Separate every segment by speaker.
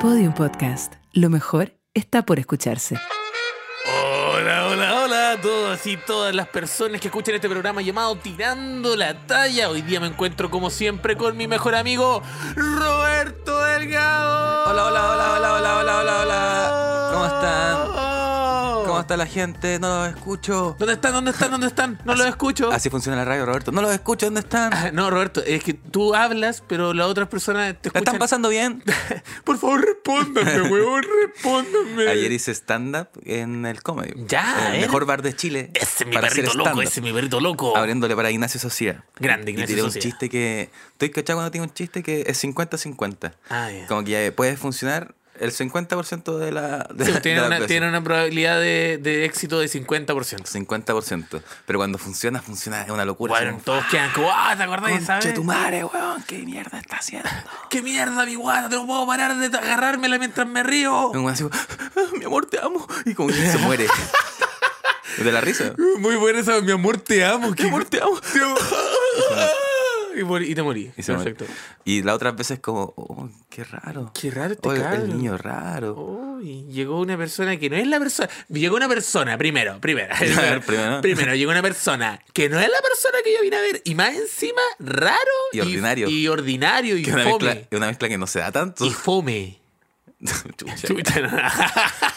Speaker 1: Podium Podcast. Lo mejor está por escucharse.
Speaker 2: Hola, hola, hola a todos y todas las personas que escuchan este programa llamado Tirando la Talla. Hoy día me encuentro como siempre con mi mejor amigo Roberto Delgado.
Speaker 3: Hola, hola, hola, hola, hola, hola, hola, hola. ¿Cómo
Speaker 2: están?
Speaker 3: ¿Cómo está la gente? No los escucho.
Speaker 2: ¿Dónde están? ¿Dónde están? ¿Dónde están? No los escucho.
Speaker 3: Así funciona la radio, Roberto. No los escucho, ¿dónde están?
Speaker 2: Ah, No, Roberto, es que tú hablas, pero las otras personas te
Speaker 3: ¿La
Speaker 2: escuchan.
Speaker 3: están pasando bien?
Speaker 2: Por favor, respóndanme, huevón, respóndanme.
Speaker 3: Ayer hice stand-up en el comedy.
Speaker 2: Ya,
Speaker 3: En
Speaker 2: ¿eh?
Speaker 3: El mejor bar de Chile.
Speaker 2: Ese es mi
Speaker 3: para hacer
Speaker 2: perrito loco,
Speaker 3: stand-up.
Speaker 2: ese es mi perrito loco.
Speaker 3: Abriéndole para Ignacio Socia.
Speaker 2: Grande,
Speaker 3: Y
Speaker 2: Ignacio
Speaker 3: tiré un
Speaker 2: Socia.
Speaker 3: chiste que. Estoy cachado cuando tengo un chiste que es 50-50.
Speaker 2: Ah, ya.
Speaker 3: Como que eh, puede funcionar el 50% de la. De,
Speaker 2: Sí,
Speaker 3: de
Speaker 2: tiene,
Speaker 3: la
Speaker 2: una,
Speaker 3: actuación.
Speaker 2: tiene una probabilidad de, de éxito de 50%.
Speaker 3: 50%. Pero cuando funciona, funciona. Es una locura.
Speaker 2: Bueno, todos quedan como, ah, ¿te acordás de esa
Speaker 3: Conche
Speaker 2: vez?
Speaker 3: tu madre, weón, qué mierda está haciendo.
Speaker 2: ¡Qué mierda, mi guata! ¡No puedo parar de agarrármela mientras me río!
Speaker 3: Un weón así, "Ah, mi amor, te amo. Y como que se muere. De la risa.
Speaker 2: Eh, Muy buena esa, mi amor, te amo.
Speaker 3: Mi amor, te amo.
Speaker 2: y, mor- y te morí.
Speaker 3: Y se muere.
Speaker 2: Perfecto.
Speaker 3: Y la otra vez es como, oh, qué raro.
Speaker 2: Qué raro este Oh,
Speaker 3: Oye,
Speaker 2: cabro.
Speaker 3: el niño raro.
Speaker 2: Uy, llegó una persona que no es la persona. Llegó una persona, primero, primero.
Speaker 3: ver, primero.
Speaker 2: Primero, llegó una persona que no es la persona que yo vine a ver. Y más encima, raro.
Speaker 3: Y ordinario.
Speaker 2: Y ordinario, y
Speaker 3: Que una
Speaker 2: fome.
Speaker 3: mezcla, es una mezcla que no se da tanto.
Speaker 2: Y fome.
Speaker 3: Chucha.
Speaker 2: Chucha, no.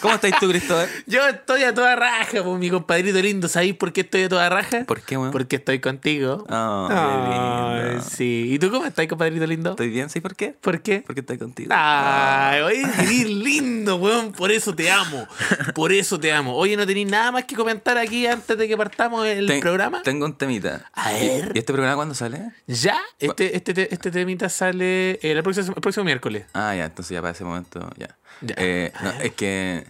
Speaker 3: ¿Cómo estás tú, Cristóbal?
Speaker 2: Yo estoy a toda raja, pues mi compadrito lindo. ¿Sabéis por qué estoy a toda raja?
Speaker 3: ¿Por qué, weón?
Speaker 2: Porque estoy contigo.
Speaker 3: Oh, qué
Speaker 2: Ay,
Speaker 3: lindo.
Speaker 2: sí. ¿Y tú cómo estás, compadrito lindo?
Speaker 3: ¿Estoy bien? ¿Sí por qué?
Speaker 2: ¿Por qué?
Speaker 3: Porque estoy contigo.
Speaker 2: Ah, Ay, oye, eres lindo, weón. Por eso te amo. Por eso te amo. Oye, ¿no tenéis nada más que comentar aquí antes de que partamos el
Speaker 3: Ten-
Speaker 2: programa?
Speaker 3: Tengo un temita.
Speaker 2: A
Speaker 3: ¿Y-
Speaker 2: ver.
Speaker 3: ¿Y este programa cuándo sale?
Speaker 2: ¿Ya? Este, este, te- este temita sale eh, la próxima- el próximo miércoles.
Speaker 3: Ah, ya, entonces ya para ese momento, ya.
Speaker 2: Ya.
Speaker 3: Eh, no, es que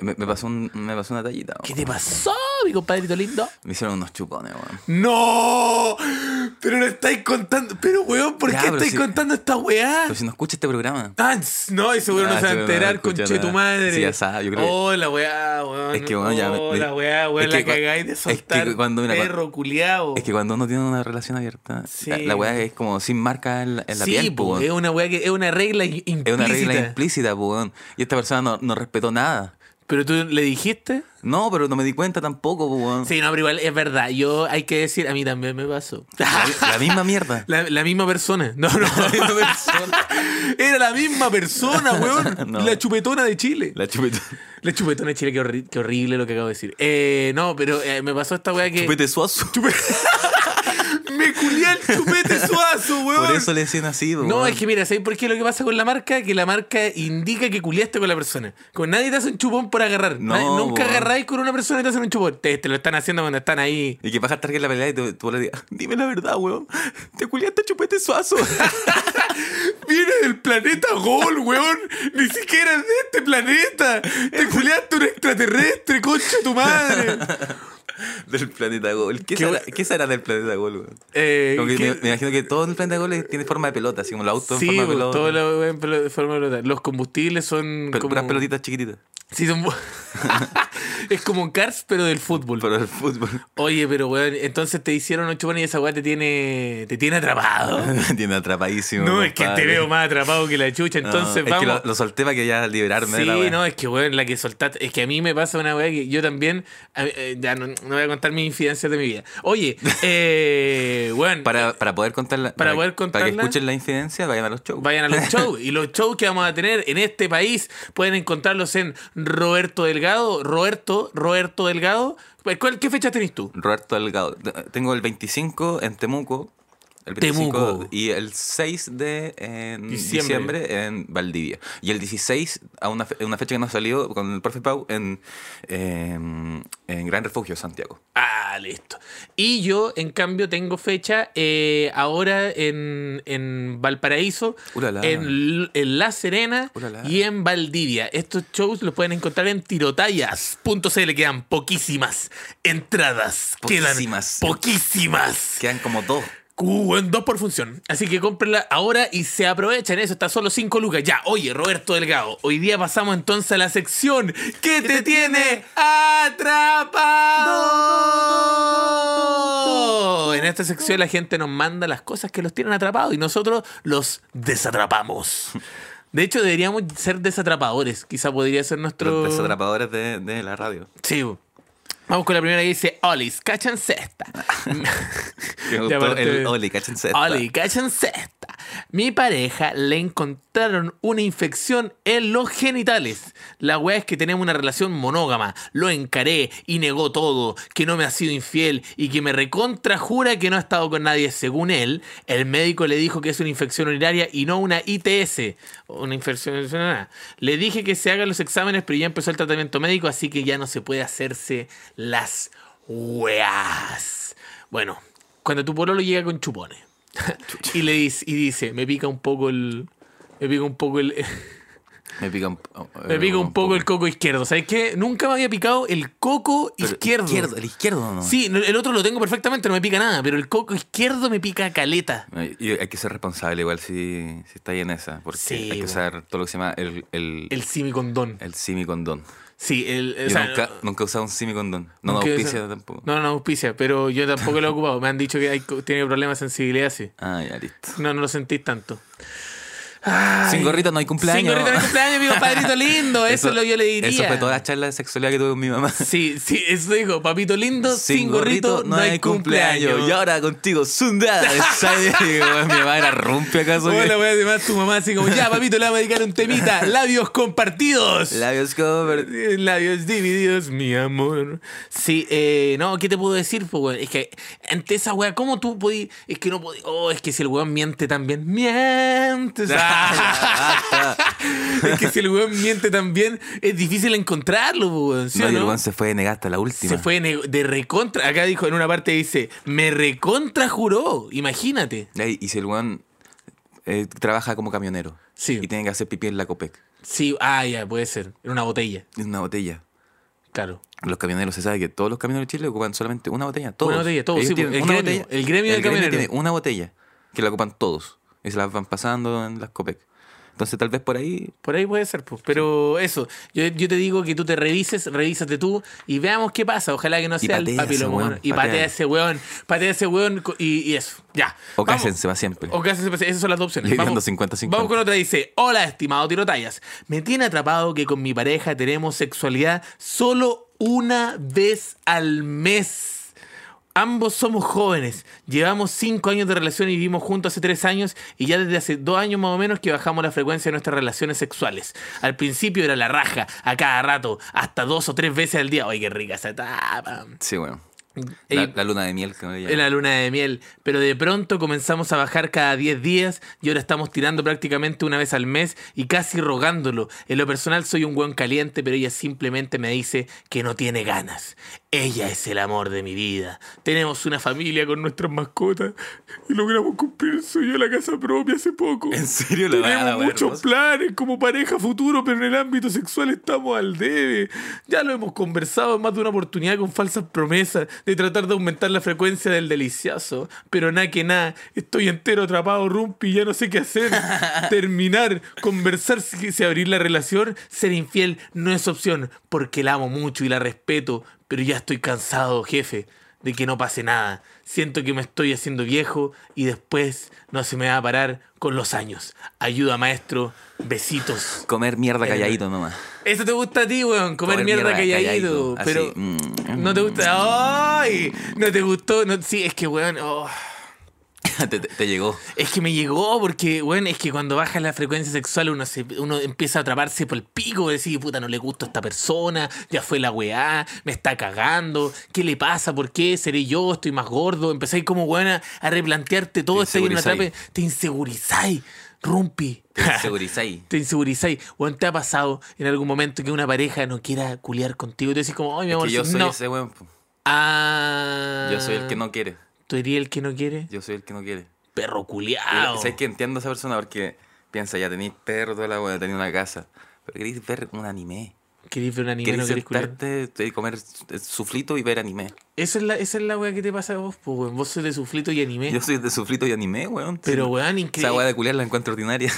Speaker 3: me, me pasó un- me pasó una tallita.
Speaker 2: ¿Qué
Speaker 3: weón.
Speaker 2: te pasó, mi compadrito lindo?
Speaker 3: Me hicieron unos chupones, weón.
Speaker 2: ¡No! Pero no estáis contando. Pero, weón, ¿por
Speaker 3: Ya,
Speaker 2: qué
Speaker 3: pero
Speaker 2: estáis
Speaker 3: si-
Speaker 2: contando esta weá?
Speaker 3: Pero si no escucha este programa.
Speaker 2: Ah, ts- no, y seguro
Speaker 3: Ah,
Speaker 2: no se va a
Speaker 3: seguro no
Speaker 2: enterar,
Speaker 3: escucha
Speaker 2: conche tu
Speaker 3: nada.
Speaker 2: madre.
Speaker 3: Sí, ya sabe, yo creo que-
Speaker 2: Oh, la weá, weón.
Speaker 3: Es que, weón, ya me-
Speaker 2: Oh,
Speaker 3: me-
Speaker 2: la weá, weón,
Speaker 3: es
Speaker 2: la
Speaker 3: que cua-
Speaker 2: cagáis de
Speaker 3: es que
Speaker 2: soltar.
Speaker 3: cuando- mira, cua-
Speaker 2: perro culiao.
Speaker 3: Es que cuando uno tiene una relación abierta,
Speaker 2: Sí.
Speaker 3: la, la weá es como sin marca en la, en la
Speaker 2: sí,
Speaker 3: piel, po,
Speaker 2: po,
Speaker 3: weón.
Speaker 2: es una weá que es una regla i- implícita.
Speaker 3: Es una regla implícita, po, weón. Y esta persona no, no respetó nada.
Speaker 2: Pero tú le dijiste.
Speaker 3: No, pero no me di cuenta tampoco, po, weón.
Speaker 2: Sí, no, pero igual es verdad. Yo hay que decir, a mí también me pasó.
Speaker 3: La, la misma mierda.
Speaker 2: La, la misma persona. No, no. Era la misma persona, weón.
Speaker 3: No.
Speaker 2: La chupetona de Chile.
Speaker 3: La chupeta.
Speaker 2: La chupetona de Chile, qué, horri- qué horrible lo que acabo de decir. Eh, no, pero eh, me pasó esta weá que.
Speaker 3: Chupete suazo.
Speaker 2: Me culié el chupete suazo, weón.
Speaker 3: Por eso le decían así, po,
Speaker 2: No,
Speaker 3: weón.
Speaker 2: es que mira, ¿sabes por qué lo que pasa con la marca? Que la marca indica que culiaste con la persona. Con nadie te hace un chupón por agarrar.
Speaker 3: No,
Speaker 2: Nadie- nunca
Speaker 3: weón.
Speaker 2: agarráis con una persona y te hacen un chupón. Te, te lo están haciendo cuando están ahí.
Speaker 3: Y que vas a estar en la pelea y tú, tú le digas, dime la verdad, weón. Te culiaste chupete suazo.
Speaker 2: Viene del planeta Gol, weón. Ni siquiera es de este planeta. Te culiaste un extraterrestre, concha tu madre.
Speaker 3: del planeta Gol. ¿Qué,
Speaker 2: Qué
Speaker 3: será,
Speaker 2: bu-
Speaker 3: ¿Qué será del planeta Gol, weón?
Speaker 2: Eh,
Speaker 3: Como que
Speaker 2: ¿qué-
Speaker 3: me, me imagino que todo el planeta Gol tiene forma de pelota, así como los autos
Speaker 2: Sí,
Speaker 3: en forma de
Speaker 2: weón,
Speaker 3: pelota.
Speaker 2: todo lo- en pelo- de forma de pelota. Los combustibles son
Speaker 3: Pe-
Speaker 2: como...
Speaker 3: Puras pelotitas chiquititas.
Speaker 2: Sí, son... bu- es como un Cars, pero del fútbol.
Speaker 3: Pero el fútbol
Speaker 2: Oye, pero weón, entonces te hicieron un chupón y esa weá te tiene, te tiene atrapado.
Speaker 3: me tiene atrapadísimo.
Speaker 2: No, es que te
Speaker 3: compadre.
Speaker 2: veo más atrapado que la chucha,
Speaker 3: No,
Speaker 2: entonces
Speaker 3: es
Speaker 2: vamos.
Speaker 3: que lo, lo solté para que ya liberarme de la
Speaker 2: sí,
Speaker 3: wea.
Speaker 2: no, es que weón, la que soltaste. Es que a mí me pasa una weá que yo también. a- eh, ya no, no voy a contar mis infidencias de mi vida. Oye, eh, weón,
Speaker 3: para, para poder contarla.
Speaker 2: Para poder
Speaker 3: Para
Speaker 2: contarla.
Speaker 3: que escuchen la incidencia, vayan a los shows.
Speaker 2: vayan a los shows. Y los shows que vamos a tener en este país pueden encontrarlos en Roberto Delgado. Roberto, Roberto Delgado. ¿Cuál, ¿Qué fecha tenés tú?
Speaker 3: Roberto Delgado. T- Tengo el 25 en Temuco. El 25
Speaker 2: Temuco.
Speaker 3: Y el 6 de eh, en
Speaker 2: Diciembre.
Speaker 3: diciembre. en Valdivia. Y el 16, a una, fe- una fecha que no salió con el profe Pau, en, eh, en Gran Refugio, Santiago.
Speaker 2: Ah, listo. Y yo, en cambio, tengo fecha eh, ahora en, en Valparaíso,
Speaker 3: Ulala.
Speaker 2: en, L- en La Serena
Speaker 3: Ulala.
Speaker 2: y en Valdivia. Estos shows los pueden encontrar en tirotayas.cl. Quedan poquísimas entradas.
Speaker 3: Poquísimas.
Speaker 2: Quedan poquísimas.
Speaker 3: Quedan como dos.
Speaker 2: Uh, en dos por función. Así que cómprenla ahora y se aprovechan. Eso está solo 5 lucas. Ya, oye, Roberto Delgado. Hoy día pasamos entonces a la sección que te tiene atrapado. En esta sección la gente nos manda las cosas que los tienen atrapados y nosotros los desatrapamos. De hecho, deberíamos ser desatrapadores. Quizá podría ser nuestro.
Speaker 3: Los desatrapadores de, de la radio.
Speaker 2: Sí. bo. Vamos con la primera que dice: Olis, cachan cesta.
Speaker 3: Que me
Speaker 2: Y
Speaker 3: gustó
Speaker 2: aparte-
Speaker 3: el Oli, cáchense. esta.
Speaker 2: Oli, cállense esta. Mi pareja le encontraron una infección en los genitales. La weá es que tenemos una relación monógama. Lo encaré y negó todo, que no me ha sido infiel y que me recontra jura que no ha estado con nadie. Según él, el médico le dijo que es una infección urinaria y no una ITS. Una infección. Le dije que se hagan los exámenes, pero ya empezó el tratamiento médico, así que ya no se puede hacerse las weás. Bueno, cuando tu pololo llega con chupones y le dice, y dice, me pica un poco el me pica un poco el
Speaker 3: Me pica un,
Speaker 2: me pica un poco el coco izquierdo. ¿Sabes qué? Nunca me había picado el coco
Speaker 3: Pero
Speaker 2: izquierdo.
Speaker 3: izquierdo. El izquierdo no.
Speaker 2: Sí, no, el otro lo tengo perfectamente, no me pica nada, pero el coco izquierdo me pica caleta.
Speaker 3: Eh, Y hay que ser responsable igual si, si está ahí en esa. Porque
Speaker 2: Sí,
Speaker 3: hay que
Speaker 2: bo.
Speaker 3: usar todo lo que se llama el, el,
Speaker 2: El simicondón.
Speaker 3: el semicondón.
Speaker 2: Sí, el o
Speaker 3: Yo
Speaker 2: sea,
Speaker 3: Eh, nunca, nunca he usado un semicondón. No
Speaker 2: nunca
Speaker 3: me
Speaker 2: he
Speaker 3: auspicia
Speaker 2: usado-
Speaker 3: tampoco.
Speaker 2: No, no, auspicia, pero yo tampoco lo he ocupado. Me han dicho que hay, co- tiene problemas de sensibilidad, sí.
Speaker 3: Ah, ya, listo.
Speaker 2: No, no lo sentís tanto.
Speaker 3: Sin gorrito no hay cumpleaños.
Speaker 2: Sin gorrito de cumpleaños, mi compadrito lindo. Eso, lo yo le diría.
Speaker 3: Eso fue toda la charla de sexualidad que tuve con mi mamá.
Speaker 2: Sí, sí, eso dijo, papito lindo, sin, gorrito, no hay cumpleaños.
Speaker 3: Y ahora contigo, Sunda. mi mamá era rompe acaso.
Speaker 2: Hola,
Speaker 3: que-
Speaker 2: voy a llamar a tu mamá así como, ya, papito, le vamos a dedicar un temita. Labios compartidos.
Speaker 3: Labios cover.
Speaker 2: Labios divididos, mi amor. Sí, eh, no, ¿qué te puedo decir? po, weón? es que ante esa weá, ¿cómo tú podí? Es que no podí. Oh, es que si el weón miente también. Miente. Ah, es que si el weón miente también, es difícil encontrarlo, po, weón. ¿sí
Speaker 3: No,
Speaker 2: o
Speaker 3: y el
Speaker 2: no?
Speaker 3: Juan se fue de negar hasta la última.
Speaker 2: Se fue de nego- de recontra. Acá dijo en una parte dice, me recontra juró. Imagínate.
Speaker 3: Ey, Y si el Juan eh, trabaja como camionero
Speaker 2: Sí.
Speaker 3: y tiene que hacer pipí en la Copec,
Speaker 2: Sí, ah, ya, puede ser. En una botella,
Speaker 3: en una botella.
Speaker 2: claro.
Speaker 3: Los camioneros se sabe que todos los camioneros de Chile ocupan solamente una botella. Todos.
Speaker 2: Una botella, todos,
Speaker 3: Ellos
Speaker 2: sí,
Speaker 3: tienen
Speaker 2: el
Speaker 3: una
Speaker 2: gremio,
Speaker 3: botella.
Speaker 2: el gremio del camionero.
Speaker 3: tiene una botella que la ocupan todos y se la van pasando en las Copec. Entonces, tal vez por ahí.
Speaker 2: Por ahí puede ser, pues. Pero eso, yo, yo te digo que tú te revises, revísate tú y veamos qué pasa. Ojalá que no sea el
Speaker 3: patea a ese
Speaker 2: papiloma.
Speaker 3: weón,
Speaker 2: humano. y
Speaker 3: patea.
Speaker 2: patea a ese weón, patea a ese weón co- y, y eso, ya.
Speaker 3: O
Speaker 2: Vamos.
Speaker 3: cásense, va siempre.
Speaker 2: O cásense, pues, esas son las dos opciones.
Speaker 3: Lidiando
Speaker 2: Vamos,
Speaker 3: 50-50.
Speaker 2: vamos con otra, dice, hola estimado tirotallas, me tiene atrapado que con mi pareja tenemos sexualidad solo una vez al mes. Ambos somos jóvenes, llevamos cinco años de relación y vivimos juntos hace tres años y ya desde hace dos años más o menos que bajamos la frecuencia de nuestras relaciones sexuales. Al principio era la raja, a cada rato, hasta dos o tres veces al día. ¡Ay, qué rica esa etapa!
Speaker 3: Sí, bueno.
Speaker 2: Y-
Speaker 3: La, la luna de miel que no le
Speaker 2: en
Speaker 3: llaman.
Speaker 2: la luna de miel. Pero de pronto comenzamos a bajar cada 10 días y ahora estamos tirando prácticamente una vez al mes y casi rogándolo. En lo personal soy un buen caliente, pero ella simplemente me dice que no tiene ganas. Ella es el amor de mi vida. Tenemos una familia con nuestras mascotas y logramos cumplir el sueño de la casa propia hace poco.
Speaker 3: ¿En serio la
Speaker 2: Tenemos
Speaker 3: van a ver,
Speaker 2: muchos
Speaker 3: vos?
Speaker 2: planes como pareja futuro, pero en el ámbito sexual estamos al debe. Ya lo hemos conversado en más de una oportunidad con falsas promesas de tratar de aumentar la frecuencia del delicioso. Pero nada que nada, estoy entero atrapado, Rumpi, ya no sé qué hacer. Terminar, conversar, si, si abrir la relación, ser infiel no es opción, porque la amo mucho y la respeto, pero ya estoy cansado, jefe de que no pase nada. Siento que me estoy haciendo viejo y después no se me va a parar con los años. Ayuda, maestro. Besitos.
Speaker 3: Comer mierda calladito nomás.
Speaker 2: Eso te gusta a ti, weón. Comer, mierda calladito.
Speaker 3: así,
Speaker 2: Pero
Speaker 3: mm.
Speaker 2: no te gusta. ¡Ay! No te gustó. No, sí, es que, weón. oh.
Speaker 3: te, te- te llegó.
Speaker 2: Es que me llegó porque, weón, es que cuando baja la frecuencia sexual uno, se, uno empieza a atraparse por el pico. Decir, puta, no le gusto a esta persona, ya fue la weá, me está cagando, ¿qué le pasa? ¿Por qué? ¿Seré yo? ¿Estoy más gordo? Empezáis como, weón, a, a replantearte todo.
Speaker 3: Te
Speaker 2: Estás en una
Speaker 3: insegurizáis.
Speaker 2: trape, te insegurizáis, rumpi.
Speaker 3: Segurizáis.
Speaker 2: te insegurizáis. Weón, ¿te ha pasado en algún momento que una pareja no quiera culiar contigo? Y tú decís como, ay, mi amor,
Speaker 3: Que yo soy
Speaker 2: no.
Speaker 3: ese weón. po.
Speaker 2: Ah.
Speaker 3: Yo soy el que no quiere.
Speaker 2: ¿Tú eres el que no quiere?
Speaker 3: Yo soy el que no quiere.
Speaker 2: Perro
Speaker 3: Yo-
Speaker 2: culiao.
Speaker 3: ¿Sabes que entiendo a esa persona? Porque piensa, ya tenéis perro, toda la weá, tenéis una casa. Pero queréis ver un anime.
Speaker 2: ¿Queréis ver un anime?
Speaker 3: Queréis
Speaker 2: ¿No queréis culiar?
Speaker 3: sentarte, te- comer eh, suflito y ver anime.
Speaker 2: Esa es la, esa es la weá que te pasa a vos, po, weón. Vos sos de suflito y anime.
Speaker 3: Yo soy de suflito y anime, weón.
Speaker 2: pero
Speaker 3: Sí.
Speaker 2: weón,
Speaker 3: Esa weá
Speaker 2: increíble.
Speaker 3: de culiar la encuentro ordinaria.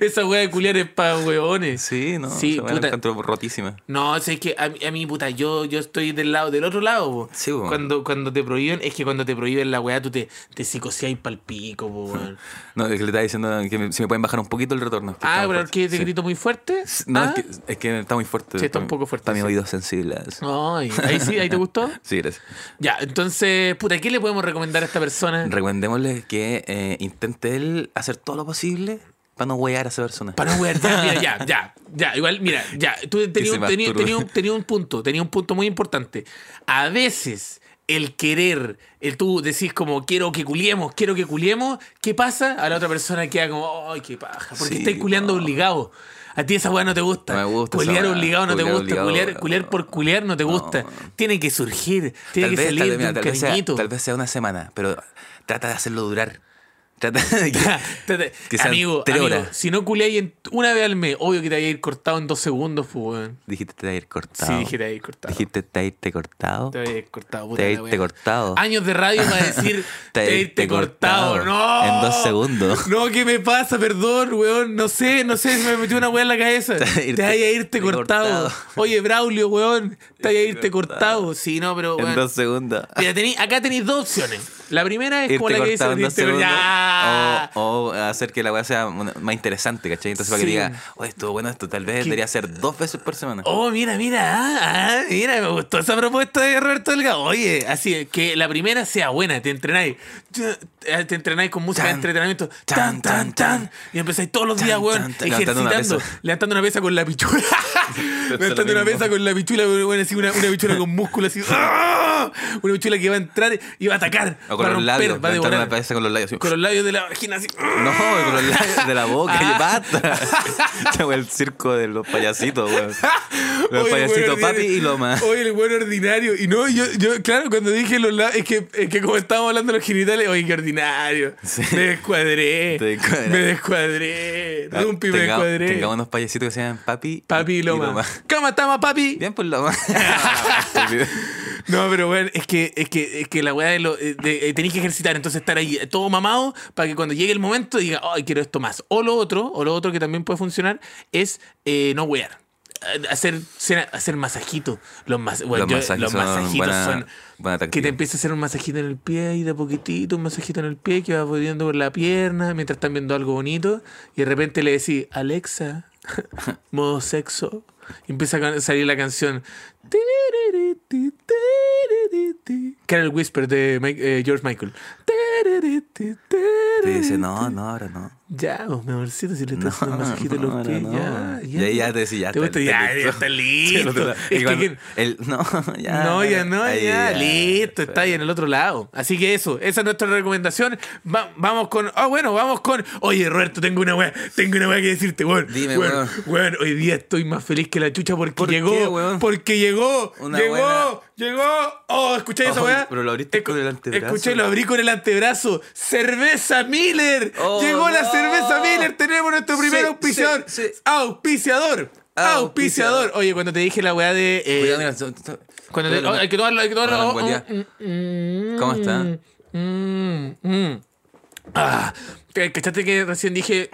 Speaker 2: Esa weá de culiar es pa' weones.
Speaker 3: Sí, no,
Speaker 2: Sí,
Speaker 3: esa weá la
Speaker 2: puta.
Speaker 3: encuentro rotísima.
Speaker 2: No, sé que a, mí- a mí, puta, yo, yo estoy del lado, del otro lado, po.
Speaker 3: Sí, po.
Speaker 2: Cuando, cuando te prohíben, es que cuando te prohíben la weá, tú te, te psicoseas pa'l pico, po, weón.
Speaker 3: No, es que le estaba diciendo que me- si me pueden bajar un poquito el retorno. que
Speaker 2: Ah,
Speaker 3: está muy
Speaker 2: pero
Speaker 3: fuerte.
Speaker 2: que te
Speaker 3: Sí.
Speaker 2: grito muy fuerte.
Speaker 3: No,
Speaker 2: Ah.
Speaker 3: es, que, es que está muy fuerte.
Speaker 2: Sí, está un poco fuerte,
Speaker 3: Está mis
Speaker 2: sí.
Speaker 3: oídos sensibles.
Speaker 2: Ay, ahí sí, ahí te gustó.
Speaker 3: Sí, gracias.
Speaker 2: Ya, entonces, puta, ¿qué le podemos recomendar a esta persona?
Speaker 3: Recomendémosle que eh, intente él hacer todo lo posible para no huear a esa persona.
Speaker 2: Para no wear, ya, mira, ya, ya, ya, igual, mira, ya, tú tenías
Speaker 3: se
Speaker 2: un, tenías-
Speaker 3: masturbe.
Speaker 2: tenías un- tenías un punto, tenía un punto muy importante. A veces el querer, el tú decís como quiero que culiemos, quiero que culiemos, ¿qué pasa? A la otra persona queda como, ay, qué paja, porque
Speaker 3: Sí,
Speaker 2: estáis culiando
Speaker 3: no.
Speaker 2: obligado. A ti esa weá no te gusta.
Speaker 3: No me gusta esa
Speaker 2: Culear
Speaker 3: weá.
Speaker 2: obligado no te
Speaker 3: Culear
Speaker 2: gusta.
Speaker 3: obligado,
Speaker 2: Culear,
Speaker 3: no.
Speaker 2: culear por culiar no te gusta. Tiene que surgir, tiene que salir
Speaker 3: mira,
Speaker 2: de un
Speaker 3: tal vez sea-
Speaker 2: cariñito.
Speaker 3: tal vez sea una semana, pero trata de hacerlo durar. Trata de que,
Speaker 2: Espérate,
Speaker 3: que sean
Speaker 2: amigo,
Speaker 3: tres
Speaker 2: amigo,
Speaker 3: horas.
Speaker 2: si no culeáis en- una vez al mes, obvio que te vais a ir cortado en dos segundos, pues, weón.
Speaker 3: Dijiste te va a ir cortado.
Speaker 2: Sí, dije te vais a ir cortado.
Speaker 3: Dijiste te va a irte cortado.
Speaker 2: te
Speaker 3: Te
Speaker 2: vais a ir cortado, puta
Speaker 3: va a
Speaker 2: la
Speaker 3: irte
Speaker 2: wea.
Speaker 3: cortado.
Speaker 2: Años de radio para decir te
Speaker 3: Te
Speaker 2: vas a irte cortado. ¡No!
Speaker 3: En dos segundos.
Speaker 2: No, ¿qué me pasa? Perdón, weón. No sé, no sé, se me metió una weá en la cabeza. Te
Speaker 3: vas a irte-
Speaker 2: vas a irte
Speaker 3: te
Speaker 2: cortado.
Speaker 3: cortado.
Speaker 2: Oye, Braulio, weón. Te vas a irte
Speaker 3: cortado.
Speaker 2: cortado. Sí, no, pero
Speaker 3: En
Speaker 2: weón.
Speaker 3: dos segundos.
Speaker 2: Mira, tení- acá tenéis dos opciones. La primera es como
Speaker 3: Irte
Speaker 2: la que dice
Speaker 3: cortado en dos
Speaker 2: irte cortado.
Speaker 3: segundos.
Speaker 2: ¡Ya!
Speaker 3: O, o hacer que la weá sea una- más interesante, ¿cachai? Entonces para que
Speaker 2: Sí.
Speaker 3: diga, oye, estuvo bueno esto, tal vez debería ser dos veces por semana.
Speaker 2: Oh, mira, mira, ah, ah, mira, me gustó esa propuesta de Roberto Delgado. Oye, así es, que la primera sea buena, te entrenáis. Yo- eh, Te entrenáis con música de
Speaker 3: Tan,
Speaker 2: entrenamiento. Tan, tan,
Speaker 3: tan, tan,
Speaker 2: tan. Y empezáis todos los
Speaker 3: Tan,
Speaker 2: días, weón,
Speaker 3: tan, tan.
Speaker 2: ejercitando.
Speaker 3: Levantando una pesa.
Speaker 2: levantando una pesa con la pichula. levantando una
Speaker 3: mismo.
Speaker 2: pesa con la pichula, weón, así una, una pichula con músculo, así. ¡ah! Una pichula que va a entrar y va a atacar.
Speaker 3: o Ah, con
Speaker 2: va a
Speaker 3: los
Speaker 2: romper,
Speaker 3: labios.
Speaker 2: va a
Speaker 3: levantar
Speaker 2: devorar.
Speaker 3: una cabeza con los labios. así.
Speaker 2: Con los labios de la vagina, así.
Speaker 3: No, con los labios de la boca,
Speaker 2: Ah.
Speaker 3: basta. Esta weá es el circo de los payasitos, weón. Los
Speaker 2: Oye, el
Speaker 3: payasitos
Speaker 2: weón
Speaker 3: papi
Speaker 2: ordinario.
Speaker 3: y lo más.
Speaker 2: Oye, el buen ordinario. Y no, yo, yo claro, cuando dije los labios, es que, es que como estábamos hablando de los genitales, oye, qué ordinario. Me descuadré.
Speaker 3: Te Ah, descuadra-
Speaker 2: Me descuadré. Rumpi, me
Speaker 3: Tenga-
Speaker 2: descuadré.
Speaker 3: Tengamos unos payasitos que se llaman papi,
Speaker 2: Papi y Loma. ¿Cómo estamos, papi?
Speaker 3: Bien, pues Loma.
Speaker 2: No, pero bueno, es que, es que, es que la weá de, lo, de- de- eh, tenéis que ejercitar, entonces estar ahí todo mamado para que cuando llegue el momento diga, ay, quiero esto más. O lo otro, o lo otro que también puede funcionar es eh, no wear. Eh, Hacer, cena- hacer masajitos. Los, mas- bueno,
Speaker 3: Los
Speaker 2: yo-
Speaker 3: masajes
Speaker 2: los
Speaker 3: son
Speaker 2: masajitos
Speaker 3: buena-
Speaker 2: son.
Speaker 3: buena táctica.
Speaker 2: que te empieza a hacer un masajito en el pie ahí de a poquitito, un masajito en el pie que va poniendo por la pierna mientras están viendo algo bonito y de repente le decís, Alexa, modo sexo. Y empieza a can- salir la canción. Que era el whisper de Mike- eh, George Michael.
Speaker 3: Te dice, no, no, ahora no.
Speaker 2: Ya, vos, mi amorcito, si le
Speaker 3: No,
Speaker 2: estás haciendo masajito en
Speaker 3: no,
Speaker 2: los pies,
Speaker 3: no,
Speaker 2: ya,
Speaker 3: no. Y ahí ya te decís, ya
Speaker 2: ¿Te
Speaker 3: está,
Speaker 2: gusta? Ya,
Speaker 3: está
Speaker 2: ya está
Speaker 3: listo. Sí, el otro
Speaker 2: listo.
Speaker 3: lado.
Speaker 2: Es
Speaker 3: Y
Speaker 2: que-
Speaker 3: cuando-
Speaker 2: que-
Speaker 3: el- no, ya.
Speaker 2: no, ya no,
Speaker 3: Ahí,
Speaker 2: ya,
Speaker 3: ya.
Speaker 2: listo, está ahí en el otro lado. Así que eso, esa es nuestra recomendación. Va- vamos con, ah, bueno, vamos con, oye, Roberto, tengo una weá, tengo una weá que decirte, weón.
Speaker 3: Dime,
Speaker 2: weón,
Speaker 3: weón.
Speaker 2: weón, hoy día estoy más feliz que la chucha porque
Speaker 3: ¿Por qué,
Speaker 2: llegó,
Speaker 3: weón?
Speaker 2: porque llegó,
Speaker 3: Una
Speaker 2: llegó,
Speaker 3: buena-
Speaker 2: llegó. Oh, ¿escucháis esa
Speaker 3: Oh,
Speaker 2: weá?
Speaker 3: pero lo abriste con el antebrazo.
Speaker 2: Escuché, lo abrí con el antebrazo. Cerveza Miller.
Speaker 3: Oh,
Speaker 2: llegó la
Speaker 3: no.
Speaker 2: cerveza Miller, tenemos nuestro primer
Speaker 3: Sí,
Speaker 2: auspiciador.
Speaker 3: sí, sí.
Speaker 2: Auspiciador.
Speaker 3: Auspiciador.
Speaker 2: Auspiciador. Oye, cuando te dije la weá de... eh,
Speaker 3: Cuidado, mira, so- so-
Speaker 2: cuando te-
Speaker 3: Cuidado,
Speaker 2: oh, hay que tomarlo, hay que tomarlo.
Speaker 3: Hola,
Speaker 2: Oh,
Speaker 3: Julia.
Speaker 2: oh, mm, mm,
Speaker 3: ¿Cómo está?
Speaker 2: mm, mm. Ah, ¿te- ¿Cachaste que recién dije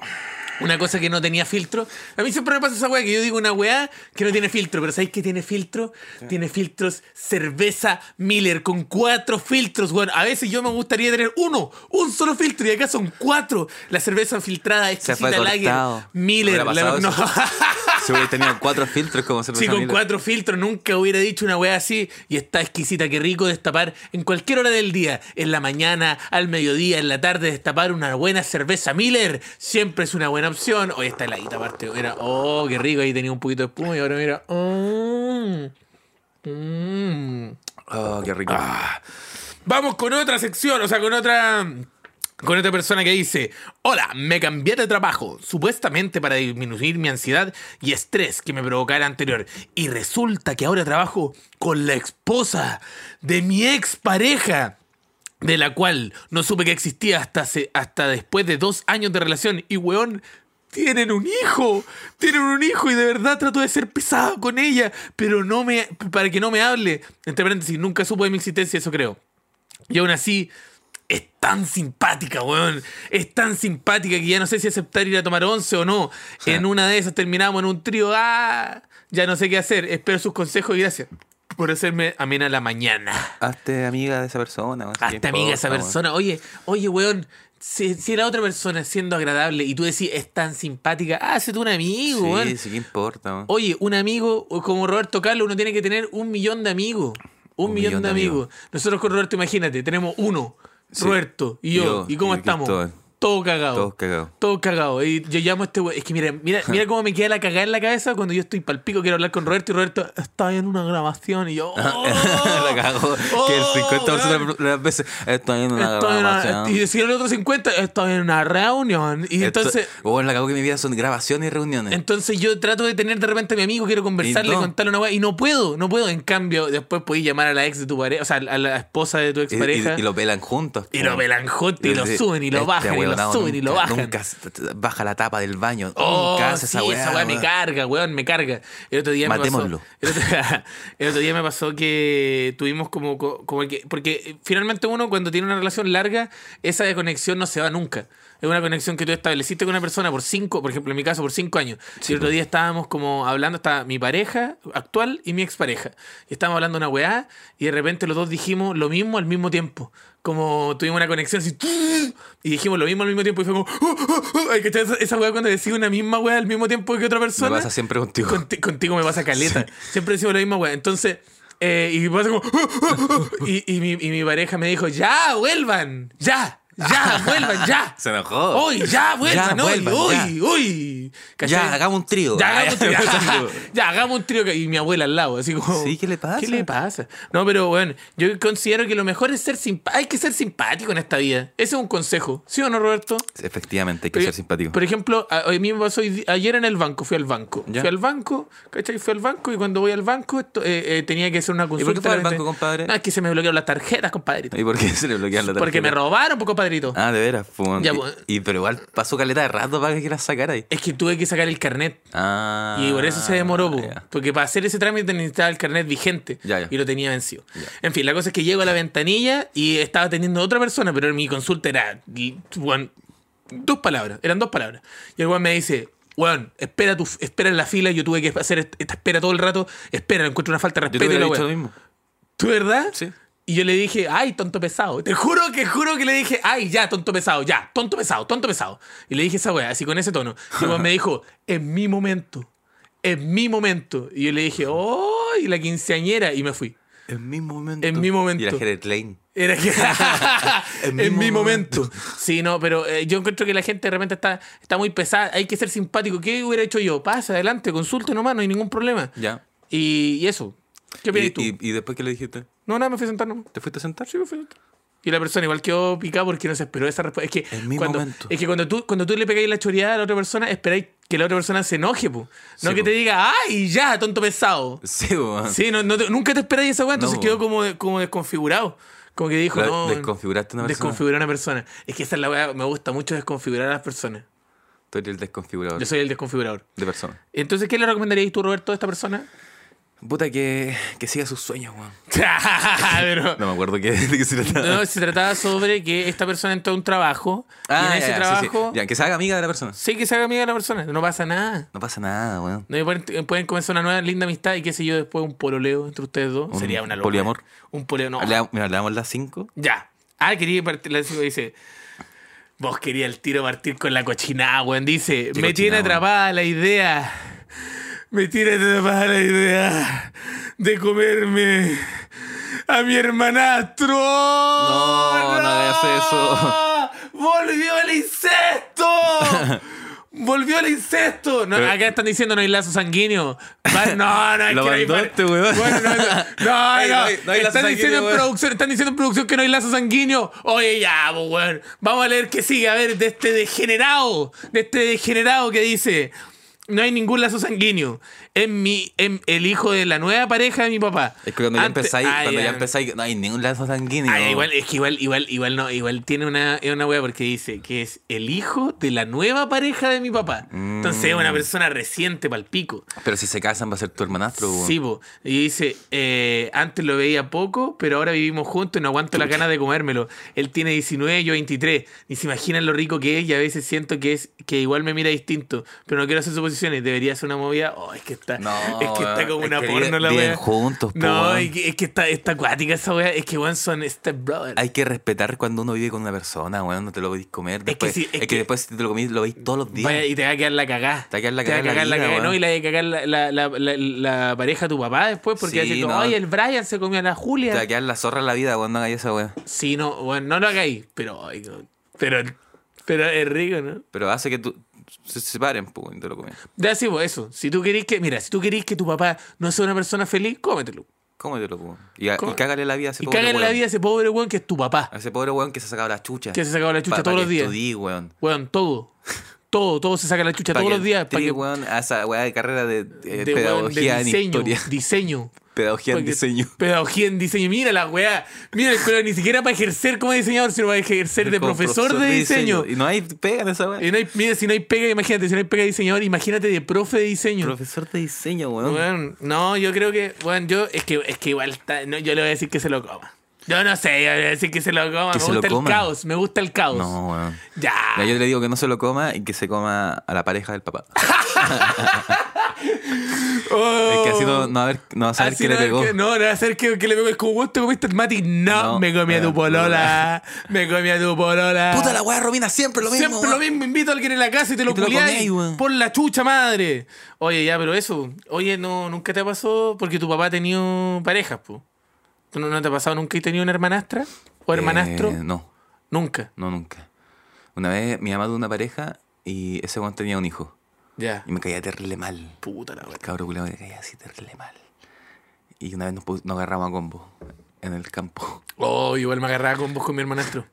Speaker 2: una cosa que no tenía filtro? A mí siempre me pasa esa weá que yo digo una weá que no tiene filtro, pero ¿sabéis qué tiene filtro? Tiene filtros cerveza Miller con cuatro filtros, weón. A veces yo me gustaría tener uno, un solo filtro y acá son cuatro. La cerveza filtrada,
Speaker 3: Se fue
Speaker 2: exquisita lager,
Speaker 3: cortado.
Speaker 2: Miller.
Speaker 3: ¿Hubiera
Speaker 2: la-
Speaker 3: pasado
Speaker 2: no.
Speaker 3: eso? Se hubiera tenido cuatro filtros como se
Speaker 2: Sí, con cuatro filtros nunca hubiera dicho una weá así. Y está exquisita, qué rico destapar en cualquier hora del día. En la mañana, al mediodía, en la tarde, destapar una buena cerveza Miller. Siempre es una buena opción. Hoy está heladita aparte. Mira, oh, qué rico. Ahí tenía un poquito de espuma y ahora mira. mm, mm.
Speaker 3: Oh, qué rico.
Speaker 2: Ah. Vamos con otra sección, o sea, con otra. Con otra persona que dice, hola, me cambié de trabajo, supuestamente para disminuir mi ansiedad y estrés que me provocaba el anterior. Y resulta que ahora trabajo con la esposa de mi expareja, de la cual no supe que existía hasta, hace- hasta después de dos años de relación. Y, weón, tienen un hijo, tienen un hijo y de verdad trato de ser pesado con ella, pero no me, para que no me hable. Entre paréntesis, nunca supo de mi existencia, eso creo. Y aún así, es tan simpática, weón. Es tan simpática que ya no sé si aceptar ir a tomar once o no.
Speaker 3: Sí.
Speaker 2: En una de esas terminamos en un trío. Ah, ya no sé qué hacer. Espero sus consejos y gracias por hacerme amena la mañana.
Speaker 3: Hazte amiga de esa persona. weón, si
Speaker 2: Hazte
Speaker 3: te
Speaker 2: amiga de esa
Speaker 3: importa, weón.
Speaker 2: persona. Oye, oye, weón. Si, si la otra persona es siendo agradable y tú decís es tan simpática, ah, hazte tú un amigo, weón. Oh.
Speaker 3: Sí, sí, ¿qué importa? weón?
Speaker 2: Oye, un amigo o como Roberto Carlos, uno tiene que tener un millón de amigos. Un, millón, de amigos. Nosotros con Roberto, imagínate, tenemos uno.
Speaker 3: Sí.
Speaker 2: Roberto y yo.
Speaker 3: Yo,
Speaker 2: ¿Y cómo
Speaker 3: y
Speaker 2: estamos?
Speaker 3: Cristóbal.
Speaker 2: Todo cagado.
Speaker 3: Todos cagados.
Speaker 2: Todo cagado. Y yo llamo a este güey. Es que mira, mira, mira cómo me queda la cagada en la cabeza cuando yo estoy palpico, quiero hablar con Roberto y Roberto está en una grabación y yo. ¡oh!
Speaker 3: la cagó. que el
Speaker 2: ¡Oh,
Speaker 3: 50%
Speaker 2: weón!
Speaker 3: de las veces estoy en una
Speaker 2: Estoy en una-
Speaker 3: grabación.
Speaker 2: y decir el otro 50, estoy en una reunión. Y
Speaker 3: Esto- eh.
Speaker 2: entonces.
Speaker 3: Weón, la cagó que mi vida son grabaciones y reuniones.
Speaker 2: Entonces yo trato de tener de repente a mi amigo, quiero conversarle,
Speaker 3: Y no.
Speaker 2: contarle una weá, y no puedo, no puedo. En cambio, después podéis llamar a la ex de tu pareja, o sea, a la esposa de tu
Speaker 3: Y- y-
Speaker 2: expareja,
Speaker 3: Y, lo pelan juntos.
Speaker 2: y lo
Speaker 3: weón.
Speaker 2: pelanjote, y lo
Speaker 3: dice,
Speaker 2: suben, y lo
Speaker 3: "Este
Speaker 2: bajan, y lo
Speaker 3: ahueonado
Speaker 2: suben, y lo
Speaker 3: nunca-
Speaker 2: bajan.
Speaker 3: Nunca s- t- baja la tapa del baño.
Speaker 2: Oh,
Speaker 3: nunca hace esa
Speaker 2: sí,
Speaker 3: weá.
Speaker 2: esa weá me
Speaker 3: weón.
Speaker 2: carga, weón, me carga. El otro día
Speaker 3: Matémoslo.
Speaker 2: me pasó. El otro, el otro día me pasó que tuvimos como, co- como que. Porque finalmente uno, cuando tiene una relación larga, esa desconexión no se va nunca. Es una conexión que tú estableciste con una persona por cinco, por ejemplo, en mi caso, por cinco años. y el otro día estábamos como hablando, estaba mi pareja actual y mi expareja. Y estábamos hablando una weá, y de repente los dos dijimos lo mismo al mismo tiempo. Como tuvimos una conexión así, y dijimos lo mismo al mismo tiempo, y fue como, "Oh, oh, oh". Ay, ¿cachai? Esa- esa weá cuando decís una misma weá al mismo tiempo que otra
Speaker 3: Me
Speaker 2: persona.
Speaker 3: pasa siempre contigo.
Speaker 2: Conti- contigo me pasa caleta. Siempre decimos la misma weá. Entonces, eh, y pasa como. ah, y, y mi, y mi pareja me dijo: ¡Ya, vuelvan! ¡Ya! ¡Ya, vuelvan! ¡Ya!
Speaker 3: Se enojó.
Speaker 2: ¡Hoy, ya, vuelvan!
Speaker 3: Ya,
Speaker 2: ¡Hoy,
Speaker 3: vuelvan,
Speaker 2: hoy, hoy! ¿Cachai?
Speaker 3: Ya, hagamos un trío.
Speaker 2: Ya, hagamos un trío. Ya, hagamos un trío. Y mi abuela al lado, así como.
Speaker 3: Sí, ¿qué le pasa?
Speaker 2: ¿Qué le pasa? No, pero bueno, yo considero que lo mejor es ser simpático. Hay que ser simpático en esta vida. Ese es un consejo. ¿Sí o no, Roberto?
Speaker 3: Efectivamente, hay que
Speaker 2: Pero-
Speaker 3: ser simpático.
Speaker 2: Por ejemplo, a- hoy mismo pasó hoy di- ayer en el banco, fui al banco.
Speaker 3: Ya.
Speaker 2: Fui al banco, ¿cachai? Fui al banco y cuando voy al banco esto- eh, eh, tenía que hacer una
Speaker 3: qué
Speaker 2: consulta.
Speaker 3: fue al
Speaker 2: la gente-
Speaker 3: banco, compadre?
Speaker 2: No, es que se me bloquearon las tarjetas, compadrito.
Speaker 3: ¿Y por qué se le bloquean la tarjeta?
Speaker 2: Porque me robaron, pues, compadrito.
Speaker 3: Ah, de veras. pues, weón.
Speaker 2: Ya,
Speaker 3: Y-
Speaker 2: pues.
Speaker 3: y, pero igual pasó caleta de rato para que la sacara ahí.
Speaker 2: Es que tuve que sacar el carnet.
Speaker 3: Ah.
Speaker 2: Y por eso se demoró, pues. po.
Speaker 3: ya.
Speaker 2: porque para hacer ese trámite necesitaba el carnet vigente
Speaker 3: Ya, ya.
Speaker 2: y lo tenía vencido. En fin, la cosa es que llego a la ventanilla y estaba atendiendo a otra persona, pero mi consulta era, weón, dos palabras, eran dos palabras. Y el weón me dice, weón, espera, tu, espera en la fila, yo tuve que hacer est- esta espera todo el rato, espera, encuentro una falta de
Speaker 3: Yo te
Speaker 2: respeto. y
Speaker 3: hubiera
Speaker 2: la
Speaker 3: dicho
Speaker 2: weá".
Speaker 3: lo mismo.
Speaker 2: ¿Tú verdad?
Speaker 3: Sí.
Speaker 2: Y yo le dije, ay, tonto pesado. Te juro que juro que le dije, ay, ya, tonto pesado, ya, tonto pesado, tonto pesado. Y le dije esa weá, así con ese tono. Y el weón me dijo, es mi momento, es mi momento. Y yo le dije, oh, y la quinceañera, y me fui.
Speaker 3: En mi momento.
Speaker 2: En mi momento.
Speaker 3: Y era Jared Lane.
Speaker 2: Era que.
Speaker 3: En
Speaker 2: en,
Speaker 3: mi
Speaker 2: mi momento.
Speaker 3: momento.
Speaker 2: Sí, no, pero eh, yo encuentro que la gente de repente está, está muy pesada. Hay que ser simpático. ¿Qué hubiera hecho yo? Pasa, adelante, consulte nomás, no hay ningún problema.
Speaker 3: Ya.
Speaker 2: Y, y eso. ¿Qué
Speaker 3: ¿Y,
Speaker 2: opinas tú?
Speaker 3: y, y después qué le dijiste?
Speaker 2: No, nada, me fui a sentar nomás.
Speaker 3: ¿Te fuiste a sentar?
Speaker 2: Sí, me fui a sentar. Y la persona igual quedó picada porque no se esperó esa respuesta. Es que,
Speaker 3: En mi
Speaker 2: cuando,
Speaker 3: momento.
Speaker 2: es que cuando, tú, cuando tú le pegáis la choreada a la otra persona, esperáis que la otra persona se enoje, po. No
Speaker 3: Sí,
Speaker 2: que
Speaker 3: po.
Speaker 2: te diga, ¡ay, ya, tonto pesado!
Speaker 3: Sí, pues, weón.
Speaker 2: Sí, no, no te- nunca te esperáis esa weá, entonces
Speaker 3: No,
Speaker 2: quedó
Speaker 3: po.
Speaker 2: como, como desconfigurado. Como que dijo,
Speaker 3: La-
Speaker 2: no.
Speaker 3: desconfiguraste una persona.
Speaker 2: Desconfigurar a una persona. Es que esa es la weá, me gusta mucho desconfigurar a las personas.
Speaker 3: Tú eres el desconfigurador
Speaker 2: Yo soy el desconfigurador.
Speaker 3: de persona.
Speaker 2: Entonces, ¿qué le recomendarías tú, Roberto, a esta persona?
Speaker 3: Puta, que, que siga sus sueños, weón.
Speaker 2: Pero-
Speaker 3: No me acuerdo qué, de qué se trataba.
Speaker 2: No, se trataba sobre que esta persona entró a un trabajo y
Speaker 3: ah,
Speaker 2: en
Speaker 3: ya,
Speaker 2: ese
Speaker 3: ya, sí, sí.
Speaker 2: trabajo sí,
Speaker 3: Ya, que se haga amiga de la persona.
Speaker 2: que se haga amiga de la persona, no pasa nada.
Speaker 3: No pasa nada, weón.
Speaker 2: No, y pueden, pueden comenzar una nueva linda amistad y qué sé yo, después un pololeo entre ustedes dos.
Speaker 3: Un
Speaker 2: Sería una locura.
Speaker 3: poliamor.
Speaker 2: Un pololeo, no.
Speaker 3: Hablamos- Mira, le damos las 5.
Speaker 2: Ya. Ah, quería partir. La chica dice. Vos quería el tiro partir con la cochinada, weón. Dice,
Speaker 3: ¿Qué
Speaker 2: me tiene
Speaker 3: cochinada,
Speaker 2: atrapada la idea. Me tiene atrapada la idea de comerme a mi hermanastro. No,
Speaker 3: no hagas eso.
Speaker 2: Volvió el incesto. Volvió el incesto. No,
Speaker 3: Pero-
Speaker 2: acá están diciendo no hay lazo sanguíneo. Va- No, no, es
Speaker 3: Lo
Speaker 2: que no hay
Speaker 3: mandaste,
Speaker 2: par-
Speaker 3: weón.
Speaker 2: Bueno, no, no, no,
Speaker 3: Ay,
Speaker 2: no.
Speaker 3: no hay- no hay lazo
Speaker 2: están diciendo
Speaker 3: sanguíneo,
Speaker 2: en
Speaker 3: weón.
Speaker 2: producción producción- están diciendo en producción que no hay lazo sanguíneo. Oye, ya, pues, po, weón. Vamos a leer qué sigue. A ver, de este degenerado. De este degenerado que dice. No hay ningún lazo sanguíneo. Es mi, em- el hijo de la nueva pareja de mi papá.
Speaker 3: Es que cuando ya
Speaker 2: Antes-
Speaker 3: empezáis,
Speaker 2: Ah,
Speaker 3: cuando ya
Speaker 2: ya.
Speaker 3: empezáis, no hay ningún lazo sanguíneo.
Speaker 2: Ah, igual, es que igual, igual, igual no, igual tiene una, es una wea porque dice que es el hijo de la nueva pareja de mi papá. Entonces es
Speaker 3: Mm.
Speaker 2: una persona reciente, palpico.
Speaker 3: Pero si se casan va a ser tu hermanastro. weón.
Speaker 2: Sí, po. Y dice, eh, antes lo veía poco, pero ahora vivimos juntos y no aguanto las ganas de comérmelo. Él tiene 19, yo 23. Ni se imaginan lo rico que es y a veces siento que es que igual me mira distinto. Pero no quiero hacer suposiciones. Debería ser una movida. Oh, es que está,
Speaker 3: No,
Speaker 2: es que está
Speaker 3: weón.
Speaker 2: como
Speaker 3: Es
Speaker 2: una
Speaker 3: que
Speaker 2: porno la
Speaker 3: viven
Speaker 2: wea.
Speaker 3: juntos, po,
Speaker 2: No,
Speaker 3: weón.
Speaker 2: es que, es que está, está acuática esa wea. Es que weón son stepbrothers.
Speaker 3: Hay que respetar cuando uno vive con una persona, weón, no te lo podéis comer. Después, es
Speaker 2: sí,
Speaker 3: que,
Speaker 2: es que-
Speaker 3: después si te lo comís, lo veis todos los días.
Speaker 2: Vaya, y te va a quedar la cagada.
Speaker 3: Te va a quedar la cagá en la vida, weón.
Speaker 2: ¿no? Y la de cagar la, la, la, la, la pareja de tu papá después, porque
Speaker 3: Sí,
Speaker 2: va a decir como,
Speaker 3: no.
Speaker 2: "Ay, el Brian se comió a la Julia.
Speaker 3: Te va a quedar la zorra en la vida cuando hagáis esa weón.
Speaker 2: Sí, no, bueno, no lo hagáis, pero, ay, no, pero, pero es rico, ¿no?
Speaker 3: Pero hace que tú se separen, pues, y te lo comes.
Speaker 2: Ya sí, pues, eso. Si tú querís que, mira, si tú querís que tu papá no sea una persona feliz, cómetelo.
Speaker 3: Cómetelo, pues. Y, a-
Speaker 2: Co-
Speaker 3: y cágale la vida a ese
Speaker 2: Y
Speaker 3: pobre
Speaker 2: caga en la
Speaker 3: weón.
Speaker 2: vida a ese pobre weón que es tu papá.
Speaker 3: A ese pobre weón que se ha sacado la chucha.
Speaker 2: Que se ha sacado la chucha
Speaker 3: Pa- pa
Speaker 2: todos
Speaker 3: que
Speaker 2: los días.
Speaker 3: estudie, weón.
Speaker 2: Weón, todo. Todo, todo se saca la chucha
Speaker 3: Pa
Speaker 2: todos
Speaker 3: que
Speaker 2: los días. Para
Speaker 3: tri,
Speaker 2: que,
Speaker 3: weón, a esa weá de carrera de, eh,
Speaker 2: de, weón, de
Speaker 3: pedagogía en
Speaker 2: diseño,
Speaker 3: historia.
Speaker 2: diseño.
Speaker 3: Pedagogía en
Speaker 2: Porque-
Speaker 3: diseño.
Speaker 2: Pedagogía en diseño. Mira la weá. Mira, pero ni siquiera para ejercer como diseñador, sino para ejercer de
Speaker 3: Como
Speaker 2: profesor, de diseño.
Speaker 3: Y no hay pega en esa weá.
Speaker 2: Y no hay- mira, si no hay pega, imagínate, si no hay pega de diseñador, imagínate de profe de diseño.
Speaker 3: Profesor de diseño, weón.
Speaker 2: Weón, no, yo creo que, bueno, yo, es que, es que igual está- no, yo le voy a decir que se lo coma. Yo no sé, yo le voy a decir que se lo coma.
Speaker 3: Que
Speaker 2: me
Speaker 3: se lo
Speaker 2: gusta el
Speaker 3: coma.
Speaker 2: caos, me gusta el caos.
Speaker 3: No, weón.
Speaker 2: Ya.
Speaker 3: Mira, yo le digo que no se lo coma y que se coma a la pareja del papá.
Speaker 2: Oh.
Speaker 3: Es que así no, no va a ver- no va a saber
Speaker 2: Así
Speaker 3: que le
Speaker 2: no,
Speaker 3: pegó.
Speaker 2: que- no, no va a ser que, que le pegó. Es como, ¿vos te comiste el mati? No,
Speaker 3: No,
Speaker 2: me comí a tu
Speaker 3: no.
Speaker 2: polola. me comí a tu polola.
Speaker 3: Puta la weá, Romina, siempre lo mismo.
Speaker 2: Siempre lo
Speaker 3: weón.
Speaker 2: mismo, invito a alguien en la casa y te lo,
Speaker 3: Y te lo
Speaker 2: culiás
Speaker 3: coméis, weón.
Speaker 2: por la chucha madre. Oye, ya, pero eso, oye, no, nunca te pasó porque tu papá ha tenido parejas, po. ¿Tú no, no te ha pasado nunca y tenido una hermanastra o hermanastro?
Speaker 3: Eh, no,
Speaker 2: Nunca.
Speaker 3: no, nunca. Una vez mi mamá tuvo una pareja y ese weón tenía un hijo.
Speaker 2: Ya.
Speaker 3: Y me caía terrible mal.
Speaker 2: Puta la wea.
Speaker 3: Cabro culiao me caía así terrible mal. Y una vez nos, pus- nos agarramos a combo en el campo.
Speaker 2: Oh, igual me agarraba con vos con mi hermanastro.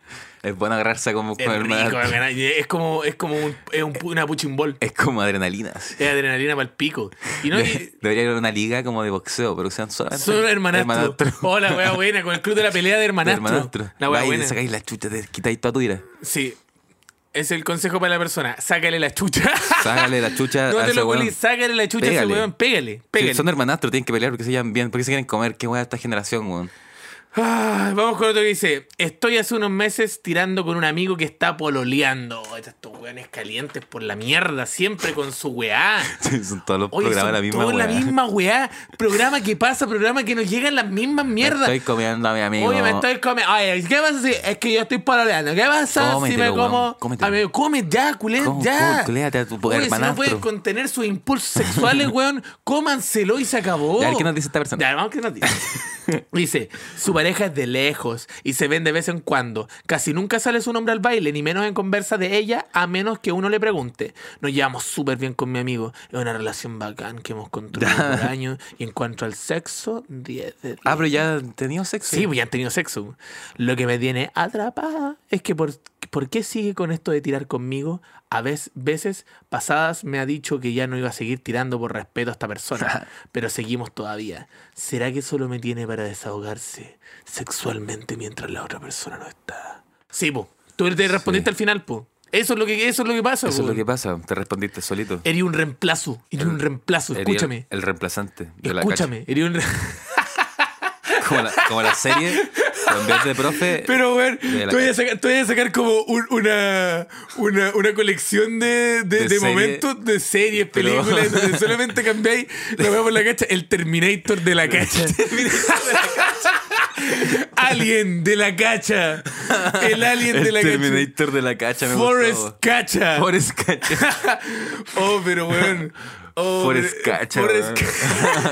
Speaker 3: Es bueno agarrarse a combo
Speaker 2: Es
Speaker 3: con el
Speaker 2: rico,
Speaker 3: hermano.
Speaker 2: hermana- es como, es como un, es un pu- una puchimbol.
Speaker 3: Es como adrenalina. así.
Speaker 2: Es adrenalina para el pico. Y no, y-
Speaker 3: Debería ir a una liga como de boxeo, pero sean solamente
Speaker 2: Solo hermanastro. Hola, wea buena, con el club de la pelea de
Speaker 3: De
Speaker 2: hermanastro.
Speaker 3: hermanastro.
Speaker 2: La wea
Speaker 3: Vais y
Speaker 2: buena.
Speaker 3: te sacáis la chucha, te quitáis toda tu ira.
Speaker 2: Sí. Es el consejo para la persona. Sácale la chucha.
Speaker 3: Sácale la chucha
Speaker 2: no
Speaker 3: a
Speaker 2: te
Speaker 3: ese
Speaker 2: lo
Speaker 3: weón.
Speaker 2: culís, sácale la chucha a ese
Speaker 3: Pégale.
Speaker 2: weón. Pégale, pégale.
Speaker 3: Si son hermanastros, tienen que pelear porque se llevan bien, porque se quieren comer. Qué weá esta generación, weón.
Speaker 2: Ah, vamos con otro que dice: Estoy hace unos meses tirando con un amigo que está pololeando. Oh, Estos weones calientes por la mierda, siempre con su weá.
Speaker 3: Sí, son todos los
Speaker 2: Oye,
Speaker 3: programas
Speaker 2: son
Speaker 3: la misma
Speaker 2: todos
Speaker 3: weá.
Speaker 2: la misma weá. Programa que pasa, programa que nos llegan las mismas mierdas.
Speaker 3: Estoy comiendo a mi amigo.
Speaker 2: Oye, me estoy comiendo. Oye, ¿qué pasa si es que yo estoy pololeando? ¿Qué pasa si
Speaker 3: Cómetelo,
Speaker 2: me
Speaker 3: weón,
Speaker 2: como.
Speaker 3: cómetelo.
Speaker 2: A mí, come ya, culé,
Speaker 3: Come,
Speaker 2: ya.
Speaker 3: come, culéate a tu
Speaker 2: Oye, si no
Speaker 3: hermanastro.
Speaker 2: pueden contener sus impulsos sexuales, weón, cómanselo y se acabó.
Speaker 3: Ya, a ver qué nos dice esta persona.
Speaker 2: Oh. Ya, vamos, ¿qué nos dice? Dice, su pareja es de lejos y se ven de vez en cuando. Casi nunca sale su nombre al baile, ni menos en conversa de ella, a menos que uno le pregunte. Nos llevamos súper bien con mi amigo. Es una relación bacán que hemos construido por años. Y en cuanto al sexo, 10 de 10.
Speaker 3: Ah, pero ya han tenido sexo.
Speaker 2: Sí, pues ya han tenido sexo. Lo que me tiene atrapada es que por, ¿por qué sigue con esto de tirar conmigo? A vez- veces pasadas me ha dicho que ya no iba a seguir tirando por respeto a esta persona, pero seguimos todavía. ¿Será que solo me tiene para desahogarse sexualmente mientras la otra persona no está? Sí, po. Tú te respondiste al final, po. Eso es lo que, eso es lo que pasa,
Speaker 3: Eso es
Speaker 2: po.
Speaker 3: lo que pasa. Te respondiste solito.
Speaker 2: Eres un reemplazo, eres un reemplazo,
Speaker 3: Eres
Speaker 2: Eh, escúchame.
Speaker 3: El, el reemplazante de la
Speaker 2: Escúchame, eres un re-
Speaker 3: cacha. Como la, como la serie, en vez de profe.
Speaker 2: Pero, weón,
Speaker 3: De la
Speaker 2: tú vas a sacar, tú vas a sacar como un- una, una, una colección de, de-
Speaker 3: De
Speaker 2: de
Speaker 3: serie.
Speaker 2: momentos, de series,
Speaker 3: Pero-
Speaker 2: películas, donde solamente cambiáis la weá por la cacha, el Terminator de la cacha. Alien de la cacha. El Alien de
Speaker 3: el
Speaker 2: la cacha.
Speaker 3: Terminator de la cacha. Me
Speaker 2: Forest
Speaker 3: gustó.
Speaker 2: Cacha.
Speaker 3: Forrest Cacha.
Speaker 2: oh, pero weón. Oh,
Speaker 3: Forrest
Speaker 2: pero-
Speaker 3: Cacha,
Speaker 2: Forrest
Speaker 3: weón.
Speaker 2: Ca-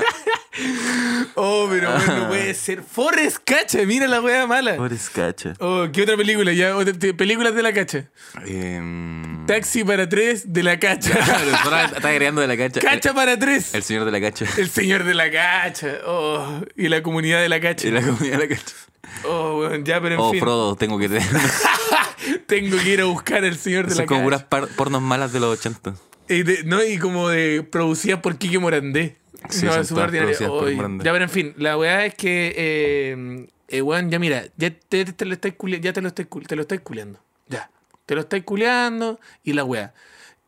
Speaker 2: oh, pero weón, no puede ser. Forrest Cacha, mira la wea mala.
Speaker 3: Forrest Cacha.
Speaker 2: Oh, ¿Qué otra película? Ya, otra- te- películas de la cacha.
Speaker 3: Em,
Speaker 2: Taxi para tres de la cacha.
Speaker 3: claro, solo está agregando de la cacha.
Speaker 2: cacha para tres.
Speaker 3: El, el
Speaker 2: El,
Speaker 3: señor de la cacha.
Speaker 2: señor de la cacha. Oh, y la comunidad de la cacha.
Speaker 3: Y la comida de la cacha.
Speaker 2: Oh, weón, ya, pero en
Speaker 3: Oh,
Speaker 2: fin.
Speaker 3: Frodo, tengo que tener.
Speaker 2: Tengo que ir a buscar al señor de
Speaker 3: Son
Speaker 2: la
Speaker 3: como
Speaker 2: cacha.
Speaker 3: puras par- pornos malas de los 80.
Speaker 2: Y de- no, y como de producida por Quique Morandé.
Speaker 3: Sí,
Speaker 2: no,
Speaker 3: son
Speaker 2: es súper
Speaker 3: todas
Speaker 2: ordinario.
Speaker 3: producidas por
Speaker 2: Oy.
Speaker 3: Morandé.
Speaker 2: Ya, pero en fin, la weá es que, eh, eh, weón, ya mira, ya te, te lo estáis culi- ya te lo estáis cul- te lo estáis culeando. Ya, te lo estáis culeando y la weá.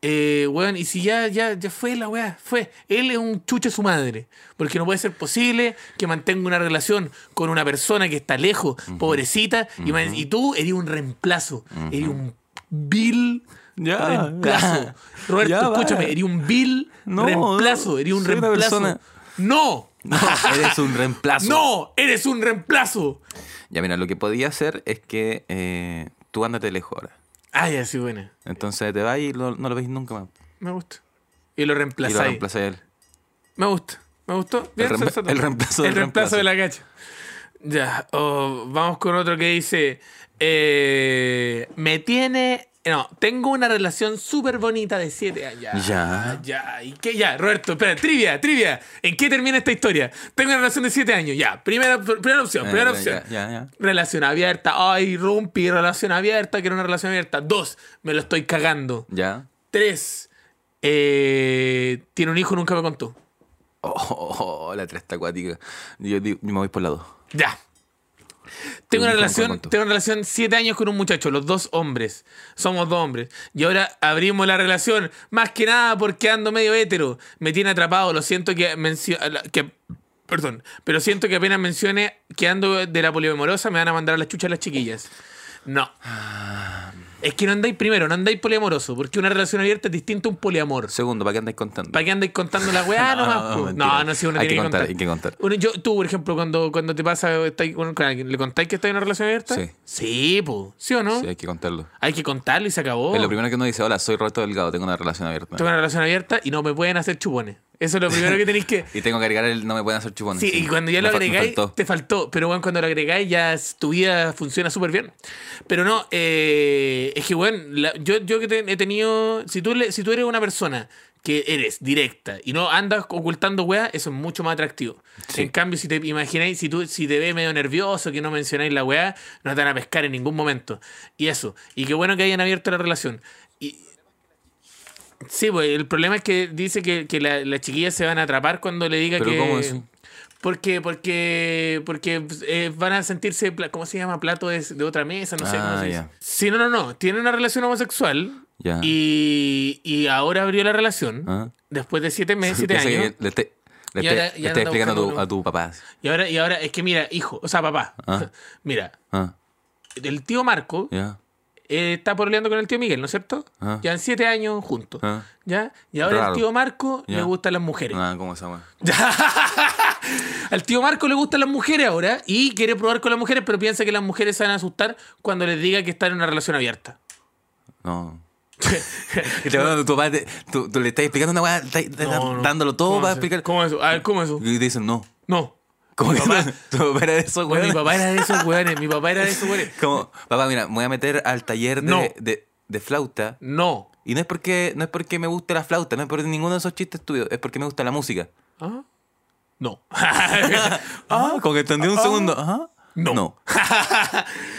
Speaker 2: Eh, weón, y si ya, ya, ya fue la weá, fue. Él es un chuche su madre. Porque no puede ser posible que mantenga una relación con una persona que está lejos, pobrecita, y más- y, tú eres un reemplazo, eres un vil
Speaker 3: Ya,
Speaker 2: reemplazo.
Speaker 3: ya.
Speaker 2: Roberto,
Speaker 3: Ya, vaya.
Speaker 2: escúchame, eres un vil
Speaker 3: No,
Speaker 2: reemplazo, eres un
Speaker 3: soy una
Speaker 2: reemplazo.
Speaker 3: persona-
Speaker 2: No,
Speaker 3: No, eres un reemplazo.
Speaker 2: no, eres un reemplazo.
Speaker 3: Ya, mira, lo que podía hacer es que eh, tú ándate lejos ahora.
Speaker 2: Ay, así buena.
Speaker 3: Entonces te vas y lo- no lo veis nunca más.
Speaker 2: Me gusta. Y lo
Speaker 3: Y lo
Speaker 2: reemplazáis.
Speaker 3: reemplazas a él.
Speaker 2: Me gusta. Me gustó. Bien
Speaker 3: reemplazo-
Speaker 2: sensato.
Speaker 3: el reemplazo del
Speaker 2: El reemplazo
Speaker 3: reemplazo.
Speaker 2: de la gacha. Ya. o vamos con otro que dice. eh, me tiene. No, tengo una relación súper bonita de siete años.
Speaker 3: Ya.
Speaker 2: Ah, Ya. ¿Y qué? Ya, Roberto, espera, trivia, trivia. ¿En qué termina esta historia? Tengo una relación de siete años. Ya, primera, primera opción,
Speaker 3: Eh,
Speaker 2: primera
Speaker 3: ya,
Speaker 2: opción.
Speaker 3: ya, ya.
Speaker 2: Relación abierta. Ay, rompí relación abierta, quiero una relación abierta. Dos, me lo estoy cagando.
Speaker 3: Ya.
Speaker 2: Tres, eh, tiene un hijo, nunca me contó.
Speaker 3: Oh, oh, oh, la tres está acuática. Yo, digo- yo me voy por la dos.
Speaker 2: Ya. Tengo una
Speaker 3: Juan,
Speaker 2: relación,
Speaker 3: ¿cuánto?
Speaker 2: tengo una relación siete años con un muchacho, los dos hombres. Somos dos hombres. Y ahora abrimos la relación, más que nada porque ando medio hétero. Me tiene atrapado, lo siento que mencio- la- que perdón, pero siento que apenas mencione que ando de la poliamorosa me van a mandar a las chuchas las chiquillas. No. Es que no andáis primero, no andáis poliamoroso, porque una relación abierta es distinta a un poliamor.
Speaker 3: Segundo, ¿para qué andáis contando?
Speaker 2: ¿Para qué andáis contando la weá
Speaker 3: No,
Speaker 2: nomás? po? No, no,
Speaker 3: mentira.
Speaker 2: si uno tiene
Speaker 3: Hay que
Speaker 2: que
Speaker 3: contar,
Speaker 2: contar.
Speaker 3: hay que contar.
Speaker 2: Uno- yo, tú, por ejemplo, cuando, cuando te pasa, estáis con con alguien, ¿le contáis que estás en una relación abierta?
Speaker 3: Sí.
Speaker 2: Sí, po. ¿Sí o no? Oh.
Speaker 3: Sí, hay que contarlo.
Speaker 2: Hay que contarlo y se acabó.
Speaker 3: Es lo primero que uno dice, hola, soy Roberto Delgado, tengo una relación abierta.
Speaker 2: Tengo una relación abierta y no me pueden hacer chupones. Eso es lo primero que tenéis que.
Speaker 3: Y tengo que agregar el no me pueden hacer chupones.
Speaker 2: Sí, y cuando ya lo
Speaker 3: Me fa- me
Speaker 2: agregáis,
Speaker 3: faltó.
Speaker 2: te faltó. Pero bueno, cuando lo agregáis, ya s- tu vida funciona súper bien. Pero no, eh, es que bueno, la- yo, yo que te- he tenido. Si tú, le- si tú eres una persona que eres directa y no andas ocultando weas, eso es mucho más atractivo.
Speaker 3: Sí.
Speaker 2: En cambio, si te imagináis, si tú si te ves medio nervioso, que no mencionáis la wea, no te van a pescar en ningún momento. Y eso. Y qué bueno que hayan abierto la relación. Y, Sí, pues el problema es que dice que, que la- las chiquillas se van a atrapar cuando le diga
Speaker 3: ¿Pero
Speaker 2: que.
Speaker 3: cómo eso?
Speaker 2: Porque, porque, porque eh, van a sentirse, pla- ¿cómo se llama? Plato de, de otra mesa, no sé
Speaker 3: Ah,
Speaker 2: cómo se dice.
Speaker 3: ya.
Speaker 2: Sí, no, no, no. Tiene una relación homosexual
Speaker 3: Ya.
Speaker 2: y, y ahora abrió la relación
Speaker 3: Ah.
Speaker 2: después de siete meses, siete
Speaker 3: Piensa que
Speaker 2: años.
Speaker 3: Le esté- le
Speaker 2: Y
Speaker 3: esté-
Speaker 2: ahora- y ahora
Speaker 3: le esté
Speaker 2: anda
Speaker 3: explicando a tu,
Speaker 2: buscando
Speaker 3: a tu papá.
Speaker 2: Y ahora, y ahora es que mira, hijo, o sea, papá,
Speaker 3: Ah.
Speaker 2: mira,
Speaker 3: Ah,
Speaker 2: el tío Marco
Speaker 3: ya.
Speaker 2: eh, está pololeando con el tío Miguel, ¿no es cierto?
Speaker 3: Ah.
Speaker 2: Ya en siete años juntos.
Speaker 3: Ah.
Speaker 2: ¿Ya? Y ahora
Speaker 3: Raro.
Speaker 2: el tío Marco le
Speaker 3: Ya.
Speaker 2: gustan las mujeres.
Speaker 3: Ah, ¿cómo esa weá?
Speaker 2: Al tío Marco le gustan las mujeres ahora y quiere probar con las mujeres, pero piensa que las mujeres se van a asustar cuando les diga que están en una relación abierta.
Speaker 3: No. Y te van a- tu papá, te- tú, tú le estás explicando una weá, estás estás
Speaker 2: No, no.
Speaker 3: dándolo todo
Speaker 2: ¿Cómo
Speaker 3: para
Speaker 2: eso?
Speaker 3: explicar.
Speaker 2: ¿Cómo eso? A ver, ¿cómo eso?
Speaker 3: Y te dicen no.
Speaker 2: No.
Speaker 3: ¿Cómo
Speaker 2: Mi
Speaker 3: que
Speaker 2: papá-
Speaker 3: no? Tu papá era de esos
Speaker 2: Bueno, mi
Speaker 3: weones.
Speaker 2: papá era de esos weones. Mi papá era de esos weones.
Speaker 3: Como, papá, mira, me voy a meter al taller de,
Speaker 2: No.
Speaker 3: de, de flauta.
Speaker 2: No.
Speaker 3: Y no es porque no es porque me guste la flauta, no es por ninguno de esos chistes tuyos, es porque me gusta la música.
Speaker 2: ¿Ah? No.
Speaker 3: Ah, como que entendí un segundo. Ajá.
Speaker 2: No.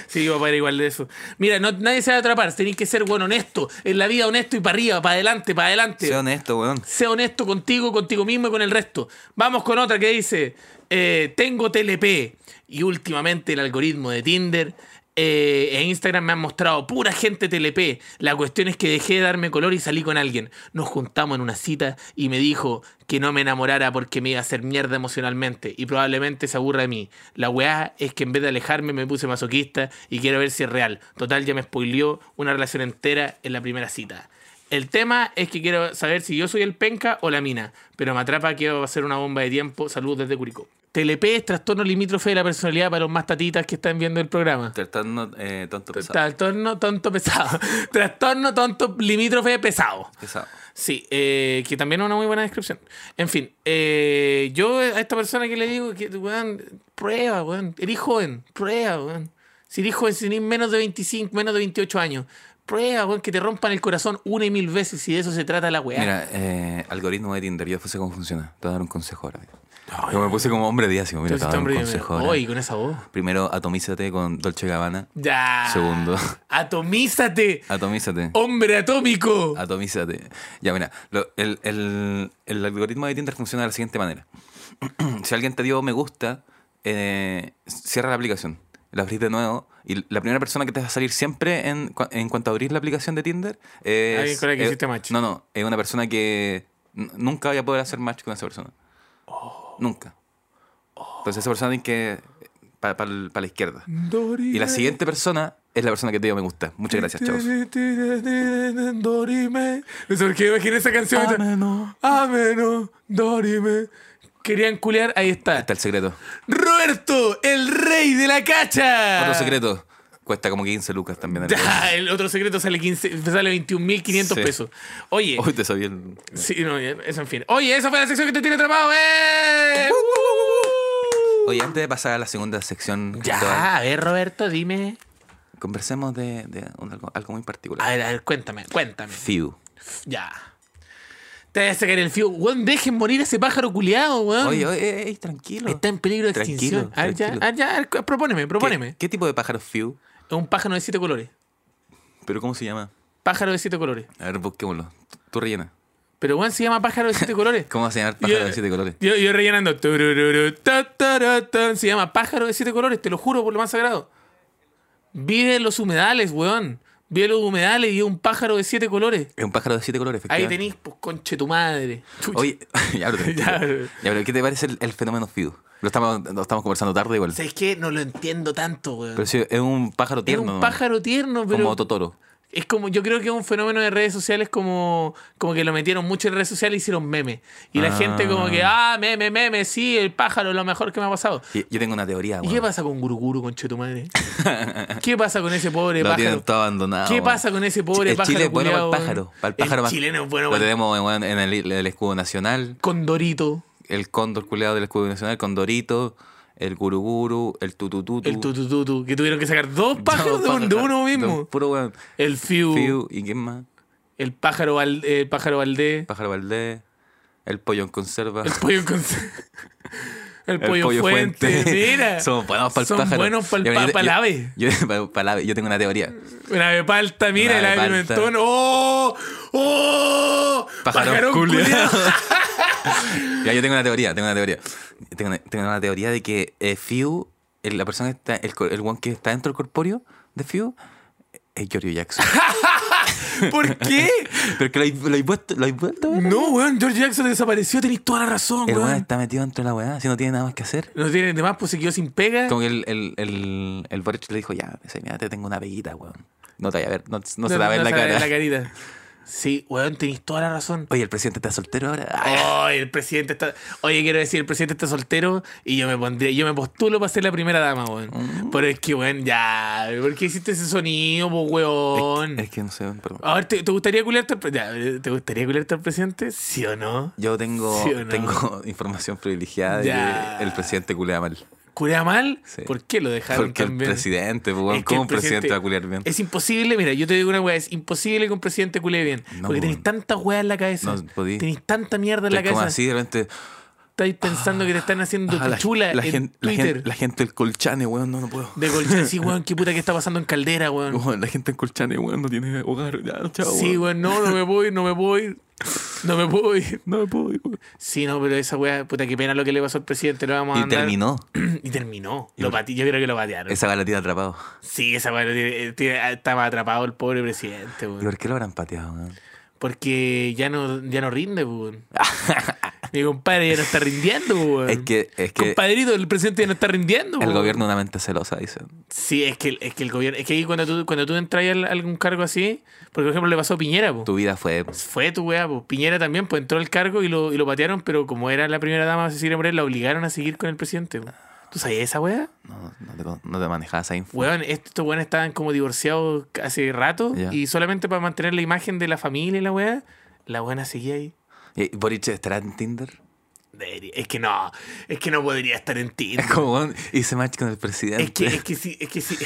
Speaker 2: sí, mi papá era igual de eso. Mira, no, nadie se va a atrapar. Tenéis que ser bueno, honesto. En la vida, honesto y para arriba, para adelante, para adelante.
Speaker 3: Sea honesto, weón.
Speaker 2: Sé honesto contigo, contigo mismo y con el resto. Vamos con otra que dice, eh, tengo TLP. Y últimamente el algoritmo de Tinder eh, e Instagram me han mostrado pura gente TLP. La cuestión es que dejé de darme color y salí con alguien. Nos juntamos en una cita y me dijo que no me enamorara porque me iba a hacer mierda emocionalmente y probablemente se aburra de mí. La weá es que en vez de alejarme me puse masoquista y quiero ver si es real. Total, ya me spoileó una relación entera en la primera cita. El tema es que quiero saber si yo soy el penca o la mina, pero me atrapa que va a ser una bomba de tiempo. Saludos desde Curicó. TLP es trastorno limítrofe de la personalidad para los más tatitas que están viendo el programa.
Speaker 3: Tratando eh, tonto pesado.
Speaker 2: Trastorno tonto pesado. trastorno tonto limítrofe pesado.
Speaker 3: Pesado.
Speaker 2: Sí, eh, que también es una muy buena descripción. En fin, eh, yo a esta persona que le digo que, weón, prueba, weón. Eres joven, prueba, weón. Si eres joven, si tenés menos de 25, menos de 28 años, pruebas, weón, que te rompan el corazón una y mil veces y de eso se trata la weá.
Speaker 3: Mira, eh, algoritmo de Tinder, yo después sé cómo funciona. Te voy a dar un consejo ahora. Yo me puse como hombre de día, así como, mira, te
Speaker 2: Entonces,
Speaker 3: voy a
Speaker 2: este
Speaker 3: dar
Speaker 2: hombre viene,
Speaker 3: un consejo ahora.
Speaker 2: "Oy, con esa voz.
Speaker 3: Primero, atomízate con Dolce Gabbana.
Speaker 2: Ya.
Speaker 3: Segundo.
Speaker 2: Atomízate,
Speaker 3: Atomízate.
Speaker 2: hombre atómico.
Speaker 3: Atomízate. Ya, mira, lo- el, el- el algoritmo de Tinder funciona de la siguiente manera. si alguien te dio me gusta, eh, cierra la aplicación, la abrís de nuevo y la primera persona que te va a salir siempre en, cua- en cuanto abrís la aplicación de Tinder es...
Speaker 2: Alguien con la que
Speaker 3: eh,
Speaker 2: hiciste match.
Speaker 3: No, no, es una persona que n- nunca voy a poder hacer match con esa persona.
Speaker 2: Oh.
Speaker 3: Nunca. Entonces esa persona tiene que... Para la izquierda. Y la siguiente persona es la persona que te dio me gusta. Muchas gracias, chavos.
Speaker 2: Dorime. Es porque imaginé esa canción.
Speaker 3: Ameno.
Speaker 2: Ameno, Dorime. Querían culear, ahí está.
Speaker 3: Está el secreto.
Speaker 2: Roberto, el rey de la cacha.
Speaker 3: Otro secreto. Cuesta como 15 lucas también. el juego.
Speaker 2: Ya, el otro secreto sale, 15 sale 21.500
Speaker 3: Sí.
Speaker 2: pesos. Oye,
Speaker 3: Hoy te sabía el...
Speaker 2: sí, no, eso en fin. Oye, esa fue la sección que te tiene atrapado, ¿eh?
Speaker 3: Oye, antes de pasar a la segunda sección, Cristóbal,
Speaker 2: Ya, a ver, Roberto, dime.
Speaker 3: conversemos de, de un- algo, algo muy
Speaker 2: A
Speaker 3: particular.
Speaker 2: ver, a ver, cuéntame, cuéntame.
Speaker 3: Ah, Fiu.
Speaker 2: Ya. Te vas a sacar el fío. Weón, dejen morir a ese pájaro culiado, weón.
Speaker 3: Oye, oye, ey, tranquilo.
Speaker 2: Ah. Está en peligro de
Speaker 3: Tranquilo,
Speaker 2: extinción. A ver, ya,
Speaker 3: tranquilo.
Speaker 2: a ver, ya, a ver, cu- propóneme, propóneme.
Speaker 3: ¿Qué, qué tipo de pájaro es Fiu?
Speaker 2: Es un pájaro de siete colores.
Speaker 3: ¿Pero cómo se llama?
Speaker 2: Pájaro de siete colores.
Speaker 3: A ver, busquémoslo. Tú- Tú rellena.
Speaker 2: Pero weón se llama pájaro de siete colores.
Speaker 3: ¿Cómo va a llamar pájaro
Speaker 2: Yo-
Speaker 3: de siete colores?
Speaker 2: Yo, yo rellenando. Turururu, ta, tará, tan. Se llama pájaro de siete colores, te lo juro por lo más sagrado. Vive en los humedales, weón. Vive en los humedales y es un pájaro de siete colores.
Speaker 3: Es un pájaro de siete colores,
Speaker 2: Ahí
Speaker 3: efectivamente.
Speaker 2: tenís, pues, conche tu madre. Chucha.
Speaker 3: Oye, ya, pero, tranquilo.
Speaker 2: Ya,
Speaker 3: ya,
Speaker 2: pero-
Speaker 3: pero ¿qué te parece el, el fenómeno Fiu? Lo estamos, lo estamos conversando tarde igual.
Speaker 2: ¿Sabes qué? No lo entiendo tanto, weón.
Speaker 3: Pero sí, es un pájaro
Speaker 2: es
Speaker 3: tierno.
Speaker 2: un
Speaker 3: ¿no?
Speaker 2: pájaro tierno, pero.
Speaker 3: Como Totoro.
Speaker 2: Es como, yo creo que es un fenómeno de redes sociales como, como que lo metieron mucho en redes sociales y hicieron memes. Y la
Speaker 3: Ah.
Speaker 2: gente como que, ah, meme, meme, sí, el pájaro, lo mejor que me ha pasado.
Speaker 3: Y- Yo tengo una teoría,
Speaker 2: ¿Y
Speaker 3: weón.
Speaker 2: qué pasa con Guruguru, con madre? ¿Qué pasa con ese pobre
Speaker 3: Lo
Speaker 2: pájaro?
Speaker 3: tienen todo abandonado.
Speaker 2: ¿Qué
Speaker 3: weón.
Speaker 2: pasa con ese pobre
Speaker 3: el
Speaker 2: pájaro?
Speaker 3: Chile es bueno para el
Speaker 2: culiao,
Speaker 3: pájaro.
Speaker 2: weón?
Speaker 3: Para el pájaro más-
Speaker 2: chileno es bueno
Speaker 3: Lo
Speaker 2: para el
Speaker 3: tenemos weón, en el, el escudo nacional,
Speaker 2: condorito,
Speaker 3: el cóndor culeado del escudo nacional, el condorito, el guruguru, el tutututu.
Speaker 2: el tutututu, que tuvieron que sacar dos pájaros
Speaker 3: Todos
Speaker 2: de, un- de
Speaker 3: Uh. pájaros,
Speaker 2: uno
Speaker 3: de un
Speaker 2: mismo.
Speaker 3: Puro weón.
Speaker 2: El fiu,
Speaker 3: Fiu, ¿y quién más?
Speaker 2: el pájaro, val- el pájaro valdés,
Speaker 3: Pájaro Valdés, el pollo en conserva.
Speaker 2: el pollo con... El pollo, fuente, mira.
Speaker 3: Son buenos para el
Speaker 2: Son
Speaker 3: pájaro.
Speaker 2: buenos pa'l
Speaker 3: Ya, mira,
Speaker 2: pa-
Speaker 3: yo-
Speaker 2: pa'l
Speaker 3: yo-
Speaker 2: ave.
Speaker 3: Yo, pa'l ave. Yo tengo una teoría.
Speaker 2: Una de palta, mira,
Speaker 3: Una
Speaker 2: el
Speaker 3: ave
Speaker 2: ave
Speaker 3: palta.
Speaker 2: pimentón. ¡Oh! ¡Oh!
Speaker 3: Pájaro
Speaker 2: Pájaro
Speaker 3: culiao.
Speaker 2: culiao.
Speaker 3: Ya, yo tengo una teoría, tengo una teoría. Tengo una, tengo una teoría de que eh, Fiu, el- la persona que está, el, cor- el one que está dentro del corpóreo de Fiu, es Giorgio Jackson.
Speaker 2: ¿Por qué?
Speaker 3: Pero que lo hay, lo hay puesto, lo hay vuelto, weón.
Speaker 2: No, weón, George Jackson desapareció, tenéis toda la razón,
Speaker 3: El weón
Speaker 2: weón.
Speaker 3: está metido dentro de la weá, si no tiene nada más que hacer.
Speaker 2: No tienen demás, pues se quedó sin pega.
Speaker 3: Como que el, el, el, el Boric le dijo, ya, ese, mira, te tengo una peguita, weón. No te vaya a ver, no, no se te va a ver
Speaker 2: ve
Speaker 3: la cara.
Speaker 2: la carita. Sí, weón, tenéis toda la razón.
Speaker 3: Oye, el presidente está soltero ahora. Ah,
Speaker 2: Ay, el presidente está. Oye, quiero decir, el presidente está soltero y yo me pondría, yo me postulo para ser la primera dama,
Speaker 3: Mm.
Speaker 2: weón. Pero es que, weón, ya. ¿Por qué hiciste ese sonido, pues,
Speaker 3: es,
Speaker 2: weón?
Speaker 3: que- es que no sé, perdón.
Speaker 2: A ver, ¿te, te gustaría culiarte al pre- ya, eh, ¿Te gustaría culiarte al presidente? ¿Sí o no?
Speaker 3: Yo tengo,
Speaker 2: ¿Sí o no?
Speaker 3: tengo información privilegiada
Speaker 2: Ya.
Speaker 3: de que el presidente culea mal.
Speaker 2: ¿Culea mal?
Speaker 3: Sí.
Speaker 2: ¿Por qué lo dejaron
Speaker 3: Porque el
Speaker 2: también?
Speaker 3: presidente, pues,
Speaker 2: Es
Speaker 3: weón,
Speaker 2: que el
Speaker 3: ¿cómo un presidente va a culiar bien?
Speaker 2: Es imposible, mira, yo te digo una weá, es imposible que un presidente culee bien.
Speaker 3: No,
Speaker 2: porque tenéis
Speaker 3: weón.
Speaker 2: tanta weá en la cabeza.
Speaker 3: No podí.
Speaker 2: tenéis tanta mierda en la
Speaker 3: Estoy como
Speaker 2: cabeza.
Speaker 3: así, de repente.
Speaker 2: Estáis pensando que te están haciendo
Speaker 3: ah,
Speaker 2: pichula en
Speaker 3: gen- la,
Speaker 2: Twitter.
Speaker 3: gen- la gente del colchane, weón, no, no puedo.
Speaker 2: De Colchane, sí, weón, qué puta que está pasando en Caldera, weón.
Speaker 3: Weón, la gente del colchane, weón, no tiene hogar. Ya, chao.
Speaker 2: Sí, weón, no, no me voy, no me voy. No me voy.
Speaker 3: No me puedo ir, weón.
Speaker 2: Sí, no, pero esa weá, puta, qué pena lo que le pasó al presidente, lo vamos a
Speaker 3: Y
Speaker 2: mandar.
Speaker 3: terminó
Speaker 2: y terminó. Lo pati- yo creo que lo patearon.
Speaker 3: esa balatita atrapado.
Speaker 2: Sí, esa weá lo tiene- eh, tiene- ah, estaba atrapado el pobre presidente,
Speaker 3: ¿Y
Speaker 2: weón.
Speaker 3: por qué lo habrán pateado, weón?
Speaker 2: Porque ya no, ya no rinde, weón. Mi compadre ya no está rindiendo, weón.
Speaker 3: Es que, es que
Speaker 2: Compadrito, el presidente ya no está rindiendo,
Speaker 3: el
Speaker 2: weón.
Speaker 3: gobierno es una mente celosa, dicen.
Speaker 2: Sí, es que, el- es que el gobierno. Es que ahí cuando tú, cuando tú entras a algún cargo así, porque por ejemplo le pasó a Piñera, po.
Speaker 3: Tu vida fue.
Speaker 2: Fue tu weá, po. Piñera también, pues entró al cargo y lo, y lo patearon, pero como era la primera dama Cecilia Morel, la obligaron a seguir con el presidente, po. ¿Tú sabías esa weá?
Speaker 3: No, no te, con- no te manejabas esa info.
Speaker 2: Weón, estos weones estaban como divorciados hace rato
Speaker 3: Ya.
Speaker 2: y solamente para mantener la imagen de la familia y la weá, la weá seguía ahí.
Speaker 3: ¿Y Boric estará en Tinder?
Speaker 2: Debería- Es que no, es que no podría estar en Tinder.
Speaker 3: Es como, weón, hice match con el presidente.
Speaker 2: Es que, es que sí, es que sí.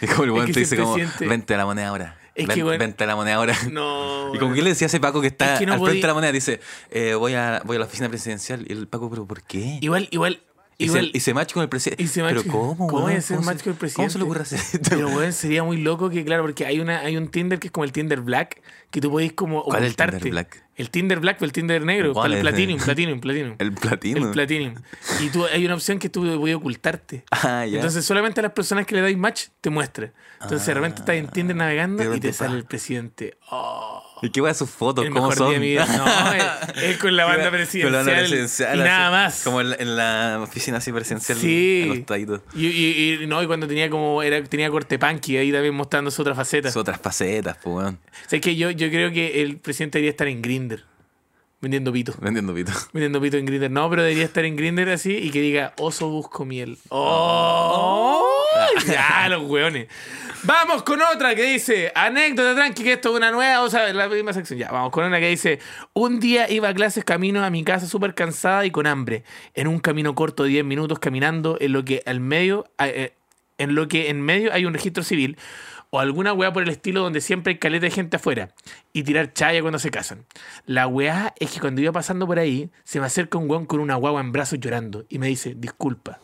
Speaker 3: Y como el
Speaker 2: es
Speaker 3: weón
Speaker 2: que
Speaker 3: te
Speaker 2: si el
Speaker 3: dice, como,
Speaker 2: presidente-
Speaker 3: vente a la moneda ahora.
Speaker 2: Es
Speaker 3: Ven-
Speaker 2: que, bueno,
Speaker 3: Vente a la moneda ahora.
Speaker 2: no.
Speaker 3: ¿Y con qué le decía ese Paco que está
Speaker 2: Es que no
Speaker 3: al
Speaker 2: podí-
Speaker 3: frente de la moneda? Dice, eh, voy, a, voy a la oficina presidencial. Y el Paco, ¿pero por qué?
Speaker 2: Igual, igual,
Speaker 3: Y
Speaker 2: igual.
Speaker 3: se, y se match con el presidente.
Speaker 2: y se
Speaker 3: ¿Pero
Speaker 2: match-
Speaker 3: cómo,
Speaker 2: ¿cómo
Speaker 3: weón?
Speaker 2: es el
Speaker 3: ¿Cómo se-
Speaker 2: match con el
Speaker 3: ¿Cómo se
Speaker 2: presidente?
Speaker 3: le ocurre hacer esto?
Speaker 2: Pero bueno, sería muy loco que, claro, porque hay una hay un Tinder que es como el Tinder Black, que tú podés como
Speaker 3: ¿Cuál es el
Speaker 2: ocultarte.
Speaker 3: Tinder Black?
Speaker 2: El Tinder Black, pero el Tinder negro,
Speaker 3: ¿Cuál
Speaker 2: para el
Speaker 3: es?
Speaker 2: Platinum, Platinum, Platinum.
Speaker 3: El platino.
Speaker 2: El Platinum. Y tú, hay una opción que tú podés ocultarte.
Speaker 3: Ah, ya. Ah,
Speaker 2: Entonces solamente a las personas que le dais match te muestra. Entonces de repente estás en Tinder navegando
Speaker 3: de
Speaker 2: y
Speaker 3: repente,
Speaker 2: te sale
Speaker 3: pa.
Speaker 2: el presidente. Oh,
Speaker 3: ¿Y qué va a sus fotos?
Speaker 2: el
Speaker 3: ¿Cómo
Speaker 2: mejor
Speaker 3: son?
Speaker 2: día de mi vida. No, es, es con la
Speaker 3: Iba-
Speaker 2: banda
Speaker 3: con
Speaker 2: presidencial.
Speaker 3: la banda presidencial,
Speaker 2: y
Speaker 3: así,
Speaker 2: nada más.
Speaker 3: Como en la, en la oficina así presidencial.
Speaker 2: Sí.
Speaker 3: acostadito.
Speaker 2: Y, y- y no, y cuando tenía como era tenía corte punky ahí también mostrando su otra faceta.
Speaker 3: Son otras facetas, pues, weón.
Speaker 2: O sea, es que yo, yo creo que el presidente debería estar en Grinder vendiendo pito.
Speaker 3: No entiendo, Pito.
Speaker 2: Vendiendo pito en Grinder. No, pero debería estar en Grinder así y que diga, oso busco miel. ¡Oh! ya, los hueones. Vamos con otra que dice, anécdota tranqui, que esto es una nueva, o sea, la misma sección. Ya, vamos con una que dice, un día iba a clases camino a mi casa súper cansada y con hambre. En un camino corto de 10 minutos caminando, en lo que al medio... eh, en lo que en medio hay un registro civil o alguna weá por el estilo donde siempre hay caleta de gente afuera y tirar chaya cuando se casan. La weá es que cuando iba pasando por ahí, se me acerca un weón con una guagua en brazos llorando y me dice, disculpa.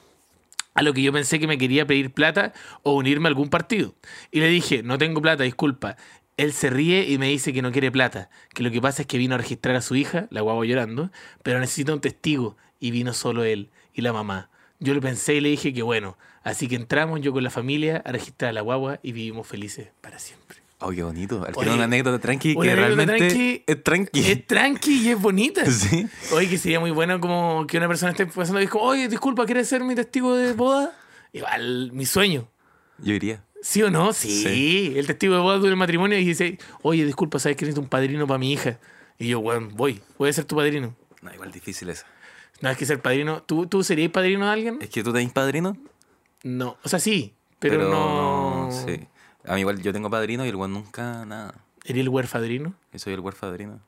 Speaker 2: A lo que yo pensé que me quería pedir plata o unirme a algún partido. Y le dije, no tengo plata, disculpa. Él se ríe y me dice que no quiere plata, que lo que pasa es que vino a registrar a su hija, la guagua llorando, pero necesita un testigo y vino solo él y la mamá. Yo lo pensé y le dije que bueno, así que entramos yo con la familia a registrar a la guagua y vivimos felices para siempre.
Speaker 3: Oh, qué bonito. Al
Speaker 2: Oye,
Speaker 3: final una anécdota tranqui
Speaker 2: una
Speaker 3: que
Speaker 2: anécdota
Speaker 3: realmente
Speaker 2: tranqui-
Speaker 3: es tranqui.
Speaker 2: Es tranqui y es bonita.
Speaker 3: Sí.
Speaker 2: Oye, que sería muy bueno como que una persona esté pasando y es como, oye, disculpa, ¿quieres ser mi testigo de boda? Igual, mi sueño.
Speaker 3: Yo iría.
Speaker 2: ¿Sí o no? Sí.
Speaker 3: Sí.
Speaker 2: El testigo de boda dura el matrimonio y dice, oye, disculpa, ¿sabes que necesito un padrino para mi hija? Y yo, bueno, voy, voy a ser tu padrino.
Speaker 3: No, igual difícil esa.
Speaker 2: No, es que ser padrino. ¿Tú, tú serías padrino de alguien?
Speaker 3: ¿Es que tú tenés padrino?
Speaker 2: No. O sea, sí, pero, no.
Speaker 3: Sí. A mí igual yo tengo padrino y el weón nunca nada.
Speaker 2: ¿Eres el huerfadrino?
Speaker 3: Yo soy el huerfadrino.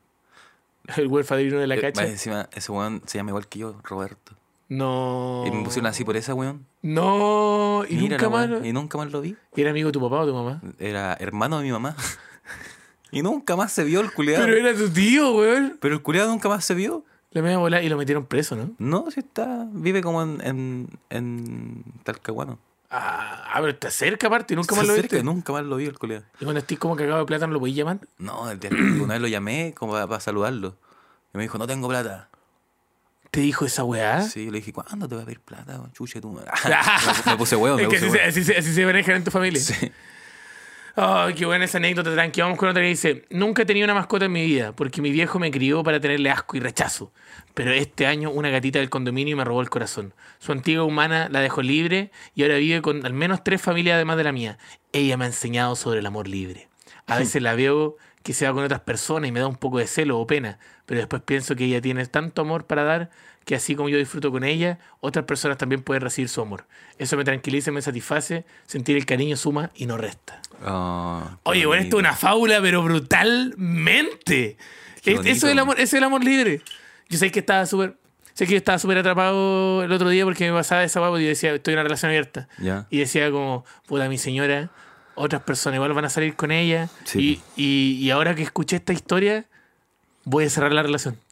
Speaker 2: ¿El huerfadrino de la
Speaker 3: Eh,
Speaker 2: cacha?
Speaker 3: Más encima, ese weón se llama igual que yo, Roberto.
Speaker 2: No.
Speaker 3: Y me pusieron así por esa weón.
Speaker 2: No. Oh. Y
Speaker 3: Mira
Speaker 2: nunca
Speaker 3: la
Speaker 2: más.
Speaker 3: weón. Y nunca más lo vi.
Speaker 2: ¿Era amigo de tu papá o tu mamá?
Speaker 3: Era hermano de mi mamá. y nunca más se vio el culeado.
Speaker 2: Pero
Speaker 3: Pero,
Speaker 2: era tu tío, weón.
Speaker 3: el culeado nunca más se vio.
Speaker 2: La media bola y lo metieron preso, ¿no?
Speaker 3: No, si está. Vive como en, en, en Talcahuano.
Speaker 2: Ah, ah, pero está cerca aparte, y nunca
Speaker 3: Se
Speaker 2: más lo
Speaker 3: acerca y
Speaker 2: viste.
Speaker 3: Nunca más lo vi el culeado.
Speaker 2: Y cuando estés como cagado de plata, ¿no lo podías llamar?
Speaker 3: No, el día que una vez lo llamé como para, para saludarlo. Y me dijo, no tengo plata.
Speaker 2: ¿Te dijo esa weá?
Speaker 3: Sí, yo le dije, ¿cuándo te voy a pedir plata? weón? Chuche tú. madre". me, me puse huevo, me
Speaker 2: es que
Speaker 3: puse
Speaker 2: así,
Speaker 3: huevo.
Speaker 2: se, así se- así se manejan en tu familia.
Speaker 3: Sí.
Speaker 2: Ay, qué buena esa anécdota, tranqui. Vamos con otra que dice: Nunca he tenido una mascota en mi vida porque mi viejo me crió para tenerle asco y rechazo. Pero este año una gatita del condominio me robó el corazón. Su antigua humana la dejó libre y ahora vive con al menos tres familias además de la mía. Ella me ha enseñado sobre el amor libre. A veces la veo que se va con otras personas y me da un poco de celo o pena, pero después pienso que ella tiene tanto amor para dar que así como yo disfruto con ella, otras personas también pueden recibir su amor. Eso me tranquiliza, y me satisface, sentir el cariño suma y no resta.
Speaker 3: Oh, qué
Speaker 2: Ah, Oye, bueno, esto es
Speaker 3: bonito.
Speaker 2: una fábula, pero brutalmente.
Speaker 3: Qué
Speaker 2: Es-
Speaker 3: bonito.
Speaker 2: eso, es el amor, eso es el amor libre. Yo sé que estaba súper. Sé que yo estaba súper atrapado el otro día porque me pasaba esa guapo y yo decía, estoy en una relación abierta.
Speaker 3: Ya.
Speaker 2: Y decía como, puta, mi señora, otras personas igual van a salir con ella.
Speaker 3: Sí.
Speaker 2: Y, y- y ahora que escuché esta historia, voy a cerrar la relación.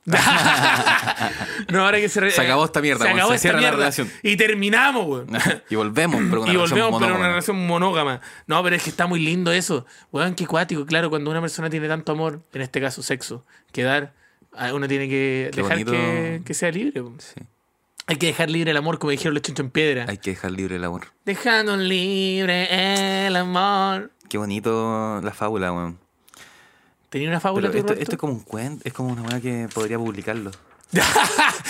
Speaker 2: no, ahora que se,
Speaker 3: Se acabó esta mierda,
Speaker 2: Se
Speaker 3: weón.
Speaker 2: acabó
Speaker 3: Se
Speaker 2: esta
Speaker 3: cierra la
Speaker 2: mierda.
Speaker 3: relación.
Speaker 2: Y terminamos, weón
Speaker 3: y volvemos, pero con una
Speaker 2: y
Speaker 3: relación
Speaker 2: volvemos para una
Speaker 3: monógama.
Speaker 2: relación monógama. No, pero es que está muy lindo eso. Weón, qué cuático. Claro, cuando una persona tiene tanto amor, en este caso sexo, que dar, a- uno tiene que
Speaker 3: Qué
Speaker 2: dejar
Speaker 3: bonito.
Speaker 2: que, que sea libre. po.
Speaker 3: Sí.
Speaker 2: Hay que dejar libre el amor, como dijeron los chunchos en piedra.
Speaker 3: Hay que dejar libre el amor.
Speaker 2: Dejando libre el amor.
Speaker 3: Qué bonito la fábula, weón.
Speaker 2: ¿Tenía una
Speaker 3: Pero
Speaker 2: fábula tú,
Speaker 3: esto,
Speaker 2: Roberto?
Speaker 3: esto es como un cuento, es como una weá que podría publicarlo.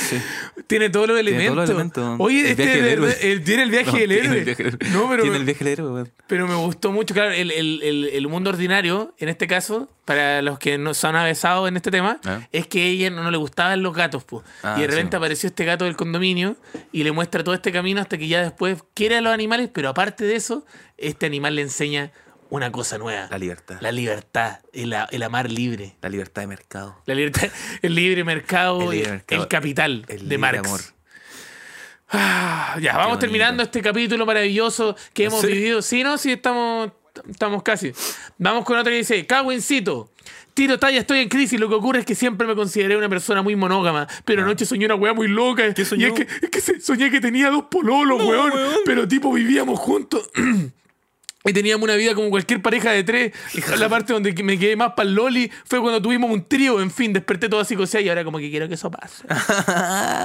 Speaker 2: Tiene todos los
Speaker 3: Tiene
Speaker 2: elementos.
Speaker 3: todos los elementos.
Speaker 2: Oye,
Speaker 3: El
Speaker 2: este
Speaker 3: viaje del
Speaker 2: de
Speaker 3: héroe.
Speaker 2: verdad- el- tiene el viaje
Speaker 3: No,
Speaker 2: del
Speaker 3: tiene
Speaker 2: héroe.
Speaker 3: el viaje del-
Speaker 2: No, pero
Speaker 3: Tiene
Speaker 2: me-
Speaker 3: el viaje del héroe, weón.
Speaker 2: Pero me gustó mucho, claro, el, el- el- el mundo ordinario, en este caso, para los que no se han avesado en este tema,
Speaker 3: Ah.
Speaker 2: es que a ella no, no le gustaban los gatos, pues.
Speaker 3: Ah,
Speaker 2: y de repente
Speaker 3: sí.
Speaker 2: apareció este gato del condominio y le muestra todo este camino hasta que ya después quiere a los animales, pero aparte de eso, este animal le enseña una cosa nueva.
Speaker 3: La libertad.
Speaker 2: La libertad, el, a- el amar libre.
Speaker 3: La libertad de mercado.
Speaker 2: La libertad, el libre mercado,
Speaker 3: El
Speaker 2: el,
Speaker 3: libre mercado.
Speaker 2: el capital
Speaker 3: El
Speaker 2: de
Speaker 3: libre
Speaker 2: Marx.
Speaker 3: amor.
Speaker 2: Ah, ya, vamos
Speaker 3: bonito.
Speaker 2: Ah, terminando este capítulo maravilloso que hemos
Speaker 3: ¿Sí?
Speaker 2: vivido. Sí, no, sí, estamos. Estamos casi. Vamos con otra que dice, cagüencito. Tiro talla, estoy en crisis. Lo que ocurre es que siempre me consideré una persona muy monógama. Pero anoche soñé una weá muy loca.
Speaker 3: ¿Qué soñó?
Speaker 2: Y es que, es que se- soñé que tenía dos pololos, weón. Pero tipo vivíamos juntos. Y teníamos una vida como cualquier pareja de tres. La parte donde me quedé más para el loli fue cuando tuvimos un trío. En fin, desperté todo así cosía y ahora como que quiero que eso pase.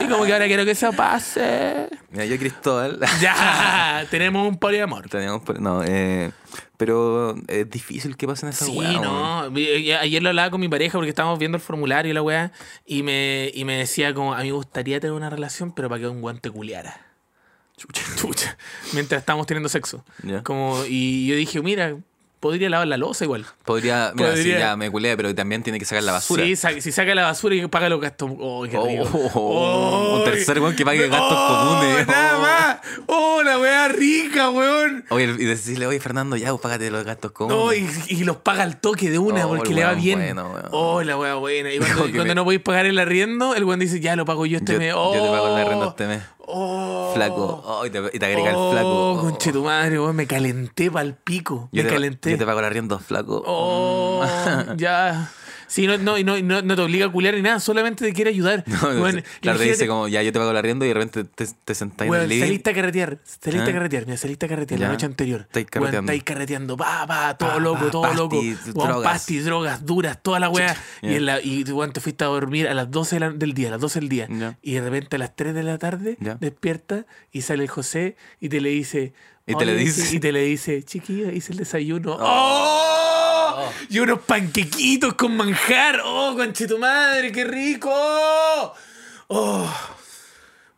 Speaker 2: y como que ahora quiero que eso pase.
Speaker 3: Mira, yo Cristóbal.
Speaker 2: Ya, tenemos un poliamor.
Speaker 3: Teníamos por- no, eh, pero es difícil que pasen esas
Speaker 2: Sí,
Speaker 3: weas, weón.
Speaker 2: no. Y- y- Ayer lo hablaba con mi pareja porque estábamos viendo el formulario y la weá. Y me, y me decía como, a mí me gustaría tener una relación, pero para que un guante culiara. Chucha. Chucha. Mientras estábamos teniendo sexo.
Speaker 3: Ya.
Speaker 2: Como, y yo dije, mira, podría lavar la losa igual.
Speaker 3: Podría, mira, sí,
Speaker 2: Podría.
Speaker 3: ya me culé, pero también tiene que sacar la basura.
Speaker 2: Sí, sa- si saca la basura y paga los gastos. Oh, qué
Speaker 3: Oh,
Speaker 2: rico.
Speaker 3: oh, oh, un
Speaker 2: ¡Ay!
Speaker 3: tercer weón que pague gastos comunes.
Speaker 2: Nada
Speaker 3: Oh.
Speaker 2: más. Oh, la weá rica, weón.
Speaker 3: Oye, y decirle, oye, Fernando, ya, pues, págate los gastos comunes.
Speaker 2: No, y, y los paga al toque de una
Speaker 3: Oh,
Speaker 2: porque
Speaker 3: el
Speaker 2: le va
Speaker 3: weón
Speaker 2: bien.
Speaker 3: bueno, weón.
Speaker 2: Oh, la wea buena. Y cuando,
Speaker 3: Dijo que
Speaker 2: cuando
Speaker 3: me-
Speaker 2: no podéis pagar el arriendo, el weón dice, ya lo pago yo este
Speaker 3: yo,
Speaker 2: mes.
Speaker 3: yo te pago el
Speaker 2: Oh,
Speaker 3: arriendo este mes.
Speaker 2: Oh,
Speaker 3: Flaco. Oh, y, te, y te agrega
Speaker 2: oh,
Speaker 3: el flaco. Oh.
Speaker 2: conche tu madre, weón. Me calenté pa'l pico.
Speaker 3: Yo
Speaker 2: me
Speaker 3: te,
Speaker 2: calenté.
Speaker 3: Yo te pago el arriendo, flaco.
Speaker 2: Oh, ya. Sí, no, no, y no, y no, no te obliga a culiar ni nada, solamente te quiere ayudar.
Speaker 3: No, no,
Speaker 2: Weón,
Speaker 3: sí. claro, te dice
Speaker 2: imagínate-
Speaker 3: como, ya, yo te pago el arriendo y de repente te, te sentás en
Speaker 2: Weón,
Speaker 3: el living.
Speaker 2: saliste a carretear, saliste
Speaker 3: ¿Ah?
Speaker 2: a carretear, mira, saliste a carretear la
Speaker 3: Ya.
Speaker 2: noche anterior.
Speaker 3: Estáis
Speaker 2: Weón,
Speaker 3: carreteando.
Speaker 2: estáis carreteando, pa, pa, todo
Speaker 3: Pa,
Speaker 2: loco,
Speaker 3: pa,
Speaker 2: todo
Speaker 3: pastis,
Speaker 2: loco. Weón,
Speaker 3: drogas.
Speaker 2: pastis, drogas duras, toda la weá.
Speaker 3: Ya.
Speaker 2: Y, en la- y weón, te fuiste a dormir a las 12 de la- del día, a las 12 del día.
Speaker 3: Ya.
Speaker 2: Y de repente a las 3 de la tarde
Speaker 3: Ya.
Speaker 2: despierta y sale el José y te le dice.
Speaker 3: Y te le
Speaker 2: "Oye",
Speaker 3: dice.
Speaker 2: Y te le dice, chiquillo, hice el desayuno. ¡Oh! Y unos panquequitos con manjar. ¡Oh, conche tu madre, qué rico! ¡Oh!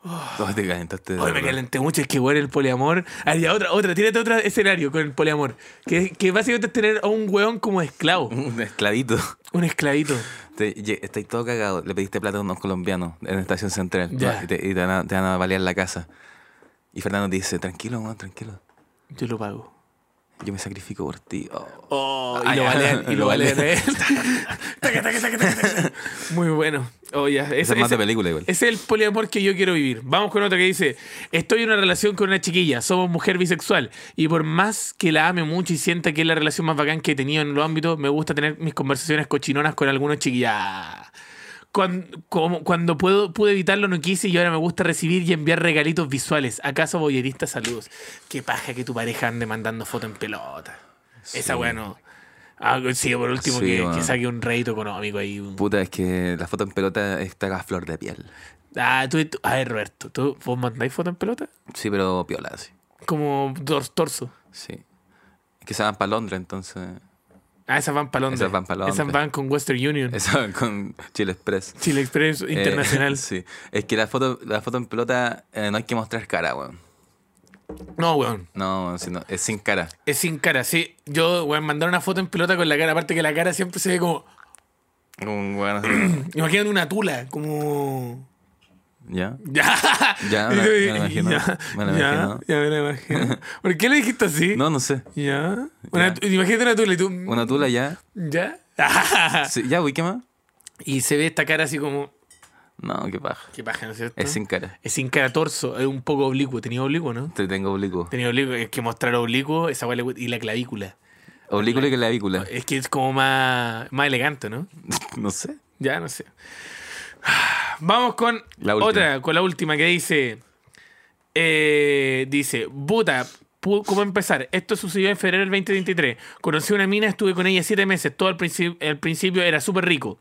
Speaker 3: Oh, te calentaste. de
Speaker 2: Hoy me
Speaker 3: verdad.
Speaker 2: calenté mucho, es que bueno el poliamor. Ah, ya, otra, otra, tírate otro escenario con el poliamor. Que, que básicamente es tener a un weón como esclavo,
Speaker 3: Un esclavito.
Speaker 2: un esclavito.
Speaker 3: Te- lle- Estáis todo cagado. Le pediste plata a unos colombianos en la estación central.
Speaker 2: Ya.
Speaker 3: Y, te, y te van a, te van a balear la casa. Y Fernando te dice, tranquilo, weón, tranquilo.
Speaker 2: Yo lo pago.
Speaker 3: Yo me sacrifico por ti. Oh.
Speaker 2: Oh, y
Speaker 3: Ah,
Speaker 2: lo
Speaker 3: ya.
Speaker 2: valean, y lo
Speaker 3: Lo
Speaker 2: valean a
Speaker 3: valean.
Speaker 2: él. Taca, taca, taca, taca, taca. Muy bueno. Oh, ya.
Speaker 3: Esa
Speaker 2: Ese,
Speaker 3: es más de
Speaker 2: ese-
Speaker 3: película igual.
Speaker 2: ese es el poliamor que yo quiero vivir. Vamos con otra que dice: Estoy en una relación con una chiquilla, somos mujer bisexual. Y por más que la ame mucho y sienta que es la relación más bacán que he tenido en los ámbitos, me gusta tener mis conversaciones cochinonas con algunos chiquillas. Cuan- como- Cuando, puedo, pude evitarlo no quise y ahora me gusta recibir y enviar regalitos visuales. ¿Acaso boyerista? Saludos. Qué paja que tu pareja ande mandando foto en pelota. Esa weá no. Ah, sí, por último
Speaker 3: Sí,
Speaker 2: que,
Speaker 3: weón.
Speaker 2: que saque un rédito económico ahí. un-
Speaker 3: Puta, es que la foto en pelota está a flor de piel.
Speaker 2: Ah, tú, tú- a ver, Roberto, ¿tú, ¿vos mandáis foto en pelota?
Speaker 3: Sí, pero piola, sí.
Speaker 2: Como tor- torso.
Speaker 3: Sí. Es que se van para Londres, entonces.
Speaker 2: Ah, esas van para Londres.
Speaker 3: Esas van pa' Londres.
Speaker 2: Esas van con Western Union.
Speaker 3: Eso con Chile Express.
Speaker 2: Chile Express
Speaker 3: Eh,
Speaker 2: Internacional.
Speaker 3: sí. Es que la foto, la foto en pelota eh, no hay que mostrar cara, weón.
Speaker 2: No, weón.
Speaker 3: No, sino, es sin cara.
Speaker 2: Es sin cara, sí. Yo, weón, mandar una foto en pelota con la cara. Aparte que la cara siempre se ve como.
Speaker 3: Un weón así.
Speaker 2: Imagínate una tula, como.
Speaker 3: ¿Ya?
Speaker 2: Ya.
Speaker 3: Ya, me- me lo imagino,
Speaker 2: Ya,
Speaker 3: me lo
Speaker 2: ya,
Speaker 3: imagino.
Speaker 2: ya me lo imagino. ¿Por qué le dijiste así?
Speaker 3: No, no sé.
Speaker 2: Ya. Una
Speaker 3: Ya.
Speaker 2: tu- Imagínate una tula y tú.
Speaker 3: Una tula ya.
Speaker 2: Ya.
Speaker 3: Sí, ya, güey, ¿qué más?
Speaker 2: Y se ve esta cara así como.
Speaker 3: No, qué paja.
Speaker 2: Qué paja, ¿no es cierto?
Speaker 3: Es sin cara.
Speaker 2: Es sin cara torso, es un poco oblicuo. Tenía oblicuo, ¿no?
Speaker 3: Te tengo oblicuo.
Speaker 2: Tenía oblicuo, es que mostrar oblicuo, esa hueá le- y la clavícula.
Speaker 3: Oblicuo y clavícula.
Speaker 2: Es que es como más, más elegante, ¿no?
Speaker 3: No sé.
Speaker 2: Ya, no sé. Vamos con
Speaker 3: La última.
Speaker 2: otra, con la última que dice. eh, dice, Buta, pu- ¿cómo empezar? Esto sucedió en febrero del 2023. Conocí a una mina, estuve con ella siete meses. Todo al, princi- al principio era súper rico.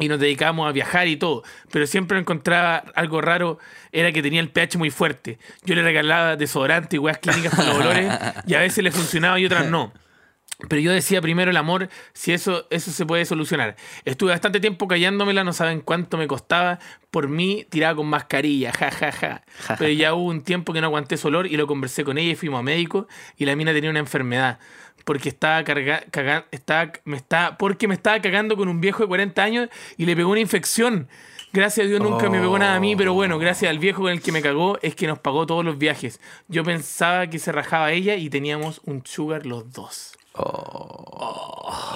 Speaker 2: Y nos dedicábamos a viajar y todo. Pero siempre encontraba algo raro. Era que tenía el pH muy fuerte. Yo le regalaba desodorante y hueás clínicas con los olores. Y a veces le funcionaba y otras no. Pero yo decía primero el amor, si eso, eso se puede solucionar. Estuve bastante tiempo callándomela, no saben cuánto me costaba. Por mí tiraba con mascarilla, ja, ja, ja. Pero ya hubo un tiempo que no aguanté su olor y lo conversé con ella y fuimos a médico y la mina tenía una enfermedad. Porque estaba carga, caga- estaba- me estaba, porque me estaba cagando con un viejo de 40 años y le pegó una infección. Gracias a Dios nunca me pegó nada a mí, pero bueno, gracias al viejo con el que me cagó es que nos pagó todos los viajes. Yo pensaba que se rajaba ella y teníamos un sugar los dos.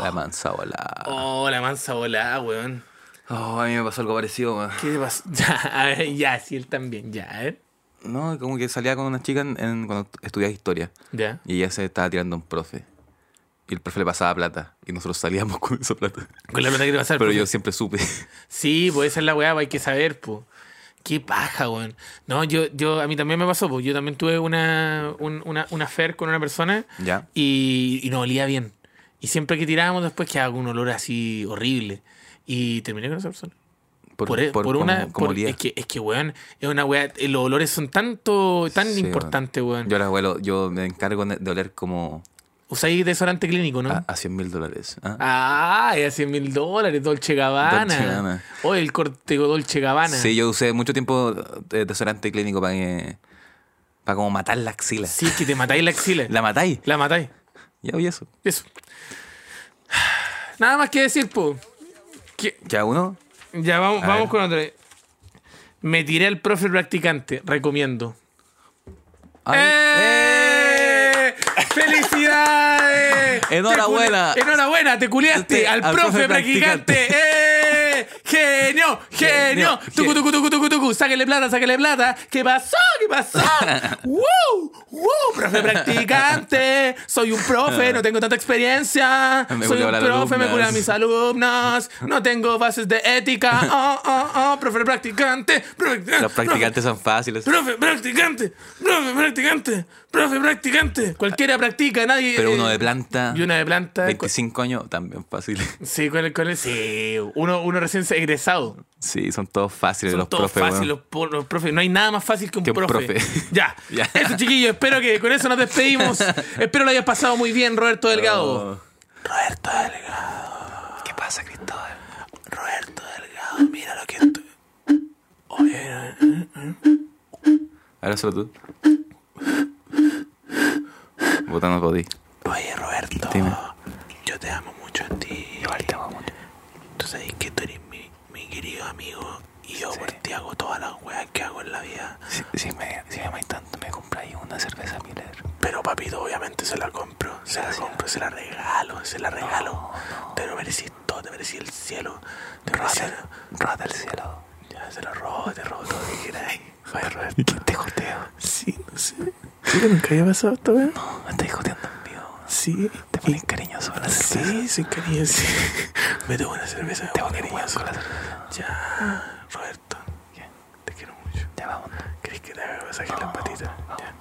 Speaker 3: La manzabola.
Speaker 2: Oh, la mansa volada, weón.
Speaker 3: Oh, a mí me pasó algo parecido, weón.
Speaker 2: ¿Qué te pasó? Ya, a ver, ya, sí, él también, ya, a ver.
Speaker 3: No, como que salía con una chica en- en- cuando estudiaba historia.
Speaker 2: Ya.
Speaker 3: Y ella se estaba tirando a un profe. Y el profe le pasaba plata. Y nosotros salíamos con esa plata.
Speaker 2: Con la plata que te pasar.
Speaker 3: Pero
Speaker 2: profe.
Speaker 3: yo siempre supe.
Speaker 2: Sí, pues esa es la weá, pues, hay que saber, pues. Qué paja, weón. No, yo, yo, a mí también me pasó, pues. Yo también tuve una, un- una, una affair con una persona
Speaker 3: Ya.
Speaker 2: y, y no olía bien. Y siempre que tirábamos después quedaba con un olor así horrible. Y terminé con esa persona. Por, e, por
Speaker 3: como-
Speaker 2: una.
Speaker 3: como
Speaker 2: por-
Speaker 3: olía.
Speaker 2: es, que, es que, weón, es una weá. eh, Los olores son tanto, tan
Speaker 3: Sí,
Speaker 2: importantes, weón.
Speaker 3: Yo las huelo, yo me encargo de oler como
Speaker 2: Usáis desodorante clínico, ¿no?
Speaker 3: a, a 100 mil dólares. ¿ah?
Speaker 2: Ah, es a 100 mil dólares, Dolce Gabbana.
Speaker 3: Dolce Gabbana.
Speaker 2: Oye, el cortego Dolce Gabbana.
Speaker 3: Sí, yo usé mucho tiempo eh, de desodorante clínico para que- para como matar la axila.
Speaker 2: Sí, que te matáis la axila.
Speaker 3: La matáis.
Speaker 2: La matáis.
Speaker 3: Ya oí eso.
Speaker 2: Eso. Nada más que decir, po. Que-
Speaker 3: Ya uno.
Speaker 2: ya vamos,
Speaker 3: A
Speaker 2: vamos
Speaker 3: ver.
Speaker 2: con otra. Me tiré al profe practicante. Recomiendo.
Speaker 3: Ay.
Speaker 2: ¡Eh! ¡Felicidades!
Speaker 3: Enhorabuena.
Speaker 2: Te culi- enhorabuena, te culiaste
Speaker 3: Te-
Speaker 2: al, profe, practicante. ¡Eh! ¡Genio! ¡Genio!
Speaker 3: Genio.
Speaker 2: ¡Tucu, tucu, tucu, tucu, tucu! ¡Sáquele plata, sáquele plata! ¿Qué pasó? ¿Qué pasó? ¡Wow! ¡Wow! ¡Profe practicante! Soy un profe, no tengo tanta experiencia.
Speaker 3: Me
Speaker 2: Soy un
Speaker 3: culiaba
Speaker 2: profe,
Speaker 3: las
Speaker 2: me
Speaker 3: alumnas.
Speaker 2: culiaba a mis alumnos. No tengo bases de ética. ¡Oh, oh, oh! ¡Profe practicante! profe-
Speaker 3: Los practicantes son fáciles.
Speaker 2: Profe, practicante, profe, practicante, profe, practicante. Cualquiera practica, nadie.
Speaker 3: Pero uno
Speaker 2: eh,
Speaker 3: de planta.
Speaker 2: Y uno de planta. eh,
Speaker 3: 25 años, también fáciles.
Speaker 2: Sí, con el, con el- sí, uno, uno recién egresado.
Speaker 3: Sí, son todos fáciles
Speaker 2: Son
Speaker 3: los
Speaker 2: todos
Speaker 3: profes.
Speaker 2: fáciles
Speaker 3: weón.
Speaker 2: los, po- los profes. No hay nada más fácil que un,
Speaker 3: Que un
Speaker 2: profe.
Speaker 3: profe.
Speaker 2: Ya.
Speaker 3: Ya.
Speaker 2: Eso, chiquillos, espero que con eso nos despedimos. espero lo hayas pasado muy bien, Roberto Delgado. Roberto Delgado.
Speaker 3: Oh. ¿Qué pasa, Cristóbal?
Speaker 2: Roberto Delgado, mira lo que estoy. Oye,
Speaker 3: Ahora solo tú. Puta, no podí.
Speaker 2: oye, Roberto.
Speaker 3: Dime.
Speaker 2: Yo te amo mucho a ti. Igual te amo mucho. Tú sabes que tú eres mi, mi querido amigo y yo por ti hago todas las weas que hago en la vida.
Speaker 3: Si, me, si me amáis tanto, me compráis una cerveza Miller.
Speaker 2: Pero papito, obviamente se la compro. Se la compro, se la regalo, se la regalo. Te lo merecí todo, te merecí el cielo. Te merecí...
Speaker 3: Rata el cielo.
Speaker 2: Ya, se lo robo, te robo todo lo que queráis. Ay, Roberto.
Speaker 3: Te joteo.
Speaker 2: Sí, no sé. ¿Nunca había pasado esta wea?
Speaker 3: Me estás joteando mío.
Speaker 2: Sí.
Speaker 3: Te pones cariñoso con la cerveza.
Speaker 2: Sí, sin cariño, sí. Me tomo una cerveza. Te voy a
Speaker 3: con la cerveza.
Speaker 2: Ya, Roberto. Te quiero mucho.
Speaker 3: Ya vamos.
Speaker 2: ¿Crees que te haga masaje en las patitas? Ya.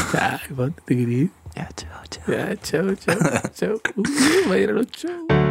Speaker 2: Ya, ¿cuánto te querís?
Speaker 3: Ya, chao, chao.
Speaker 2: Ya, chao, chao, chao. Uh, Vayan a los shows.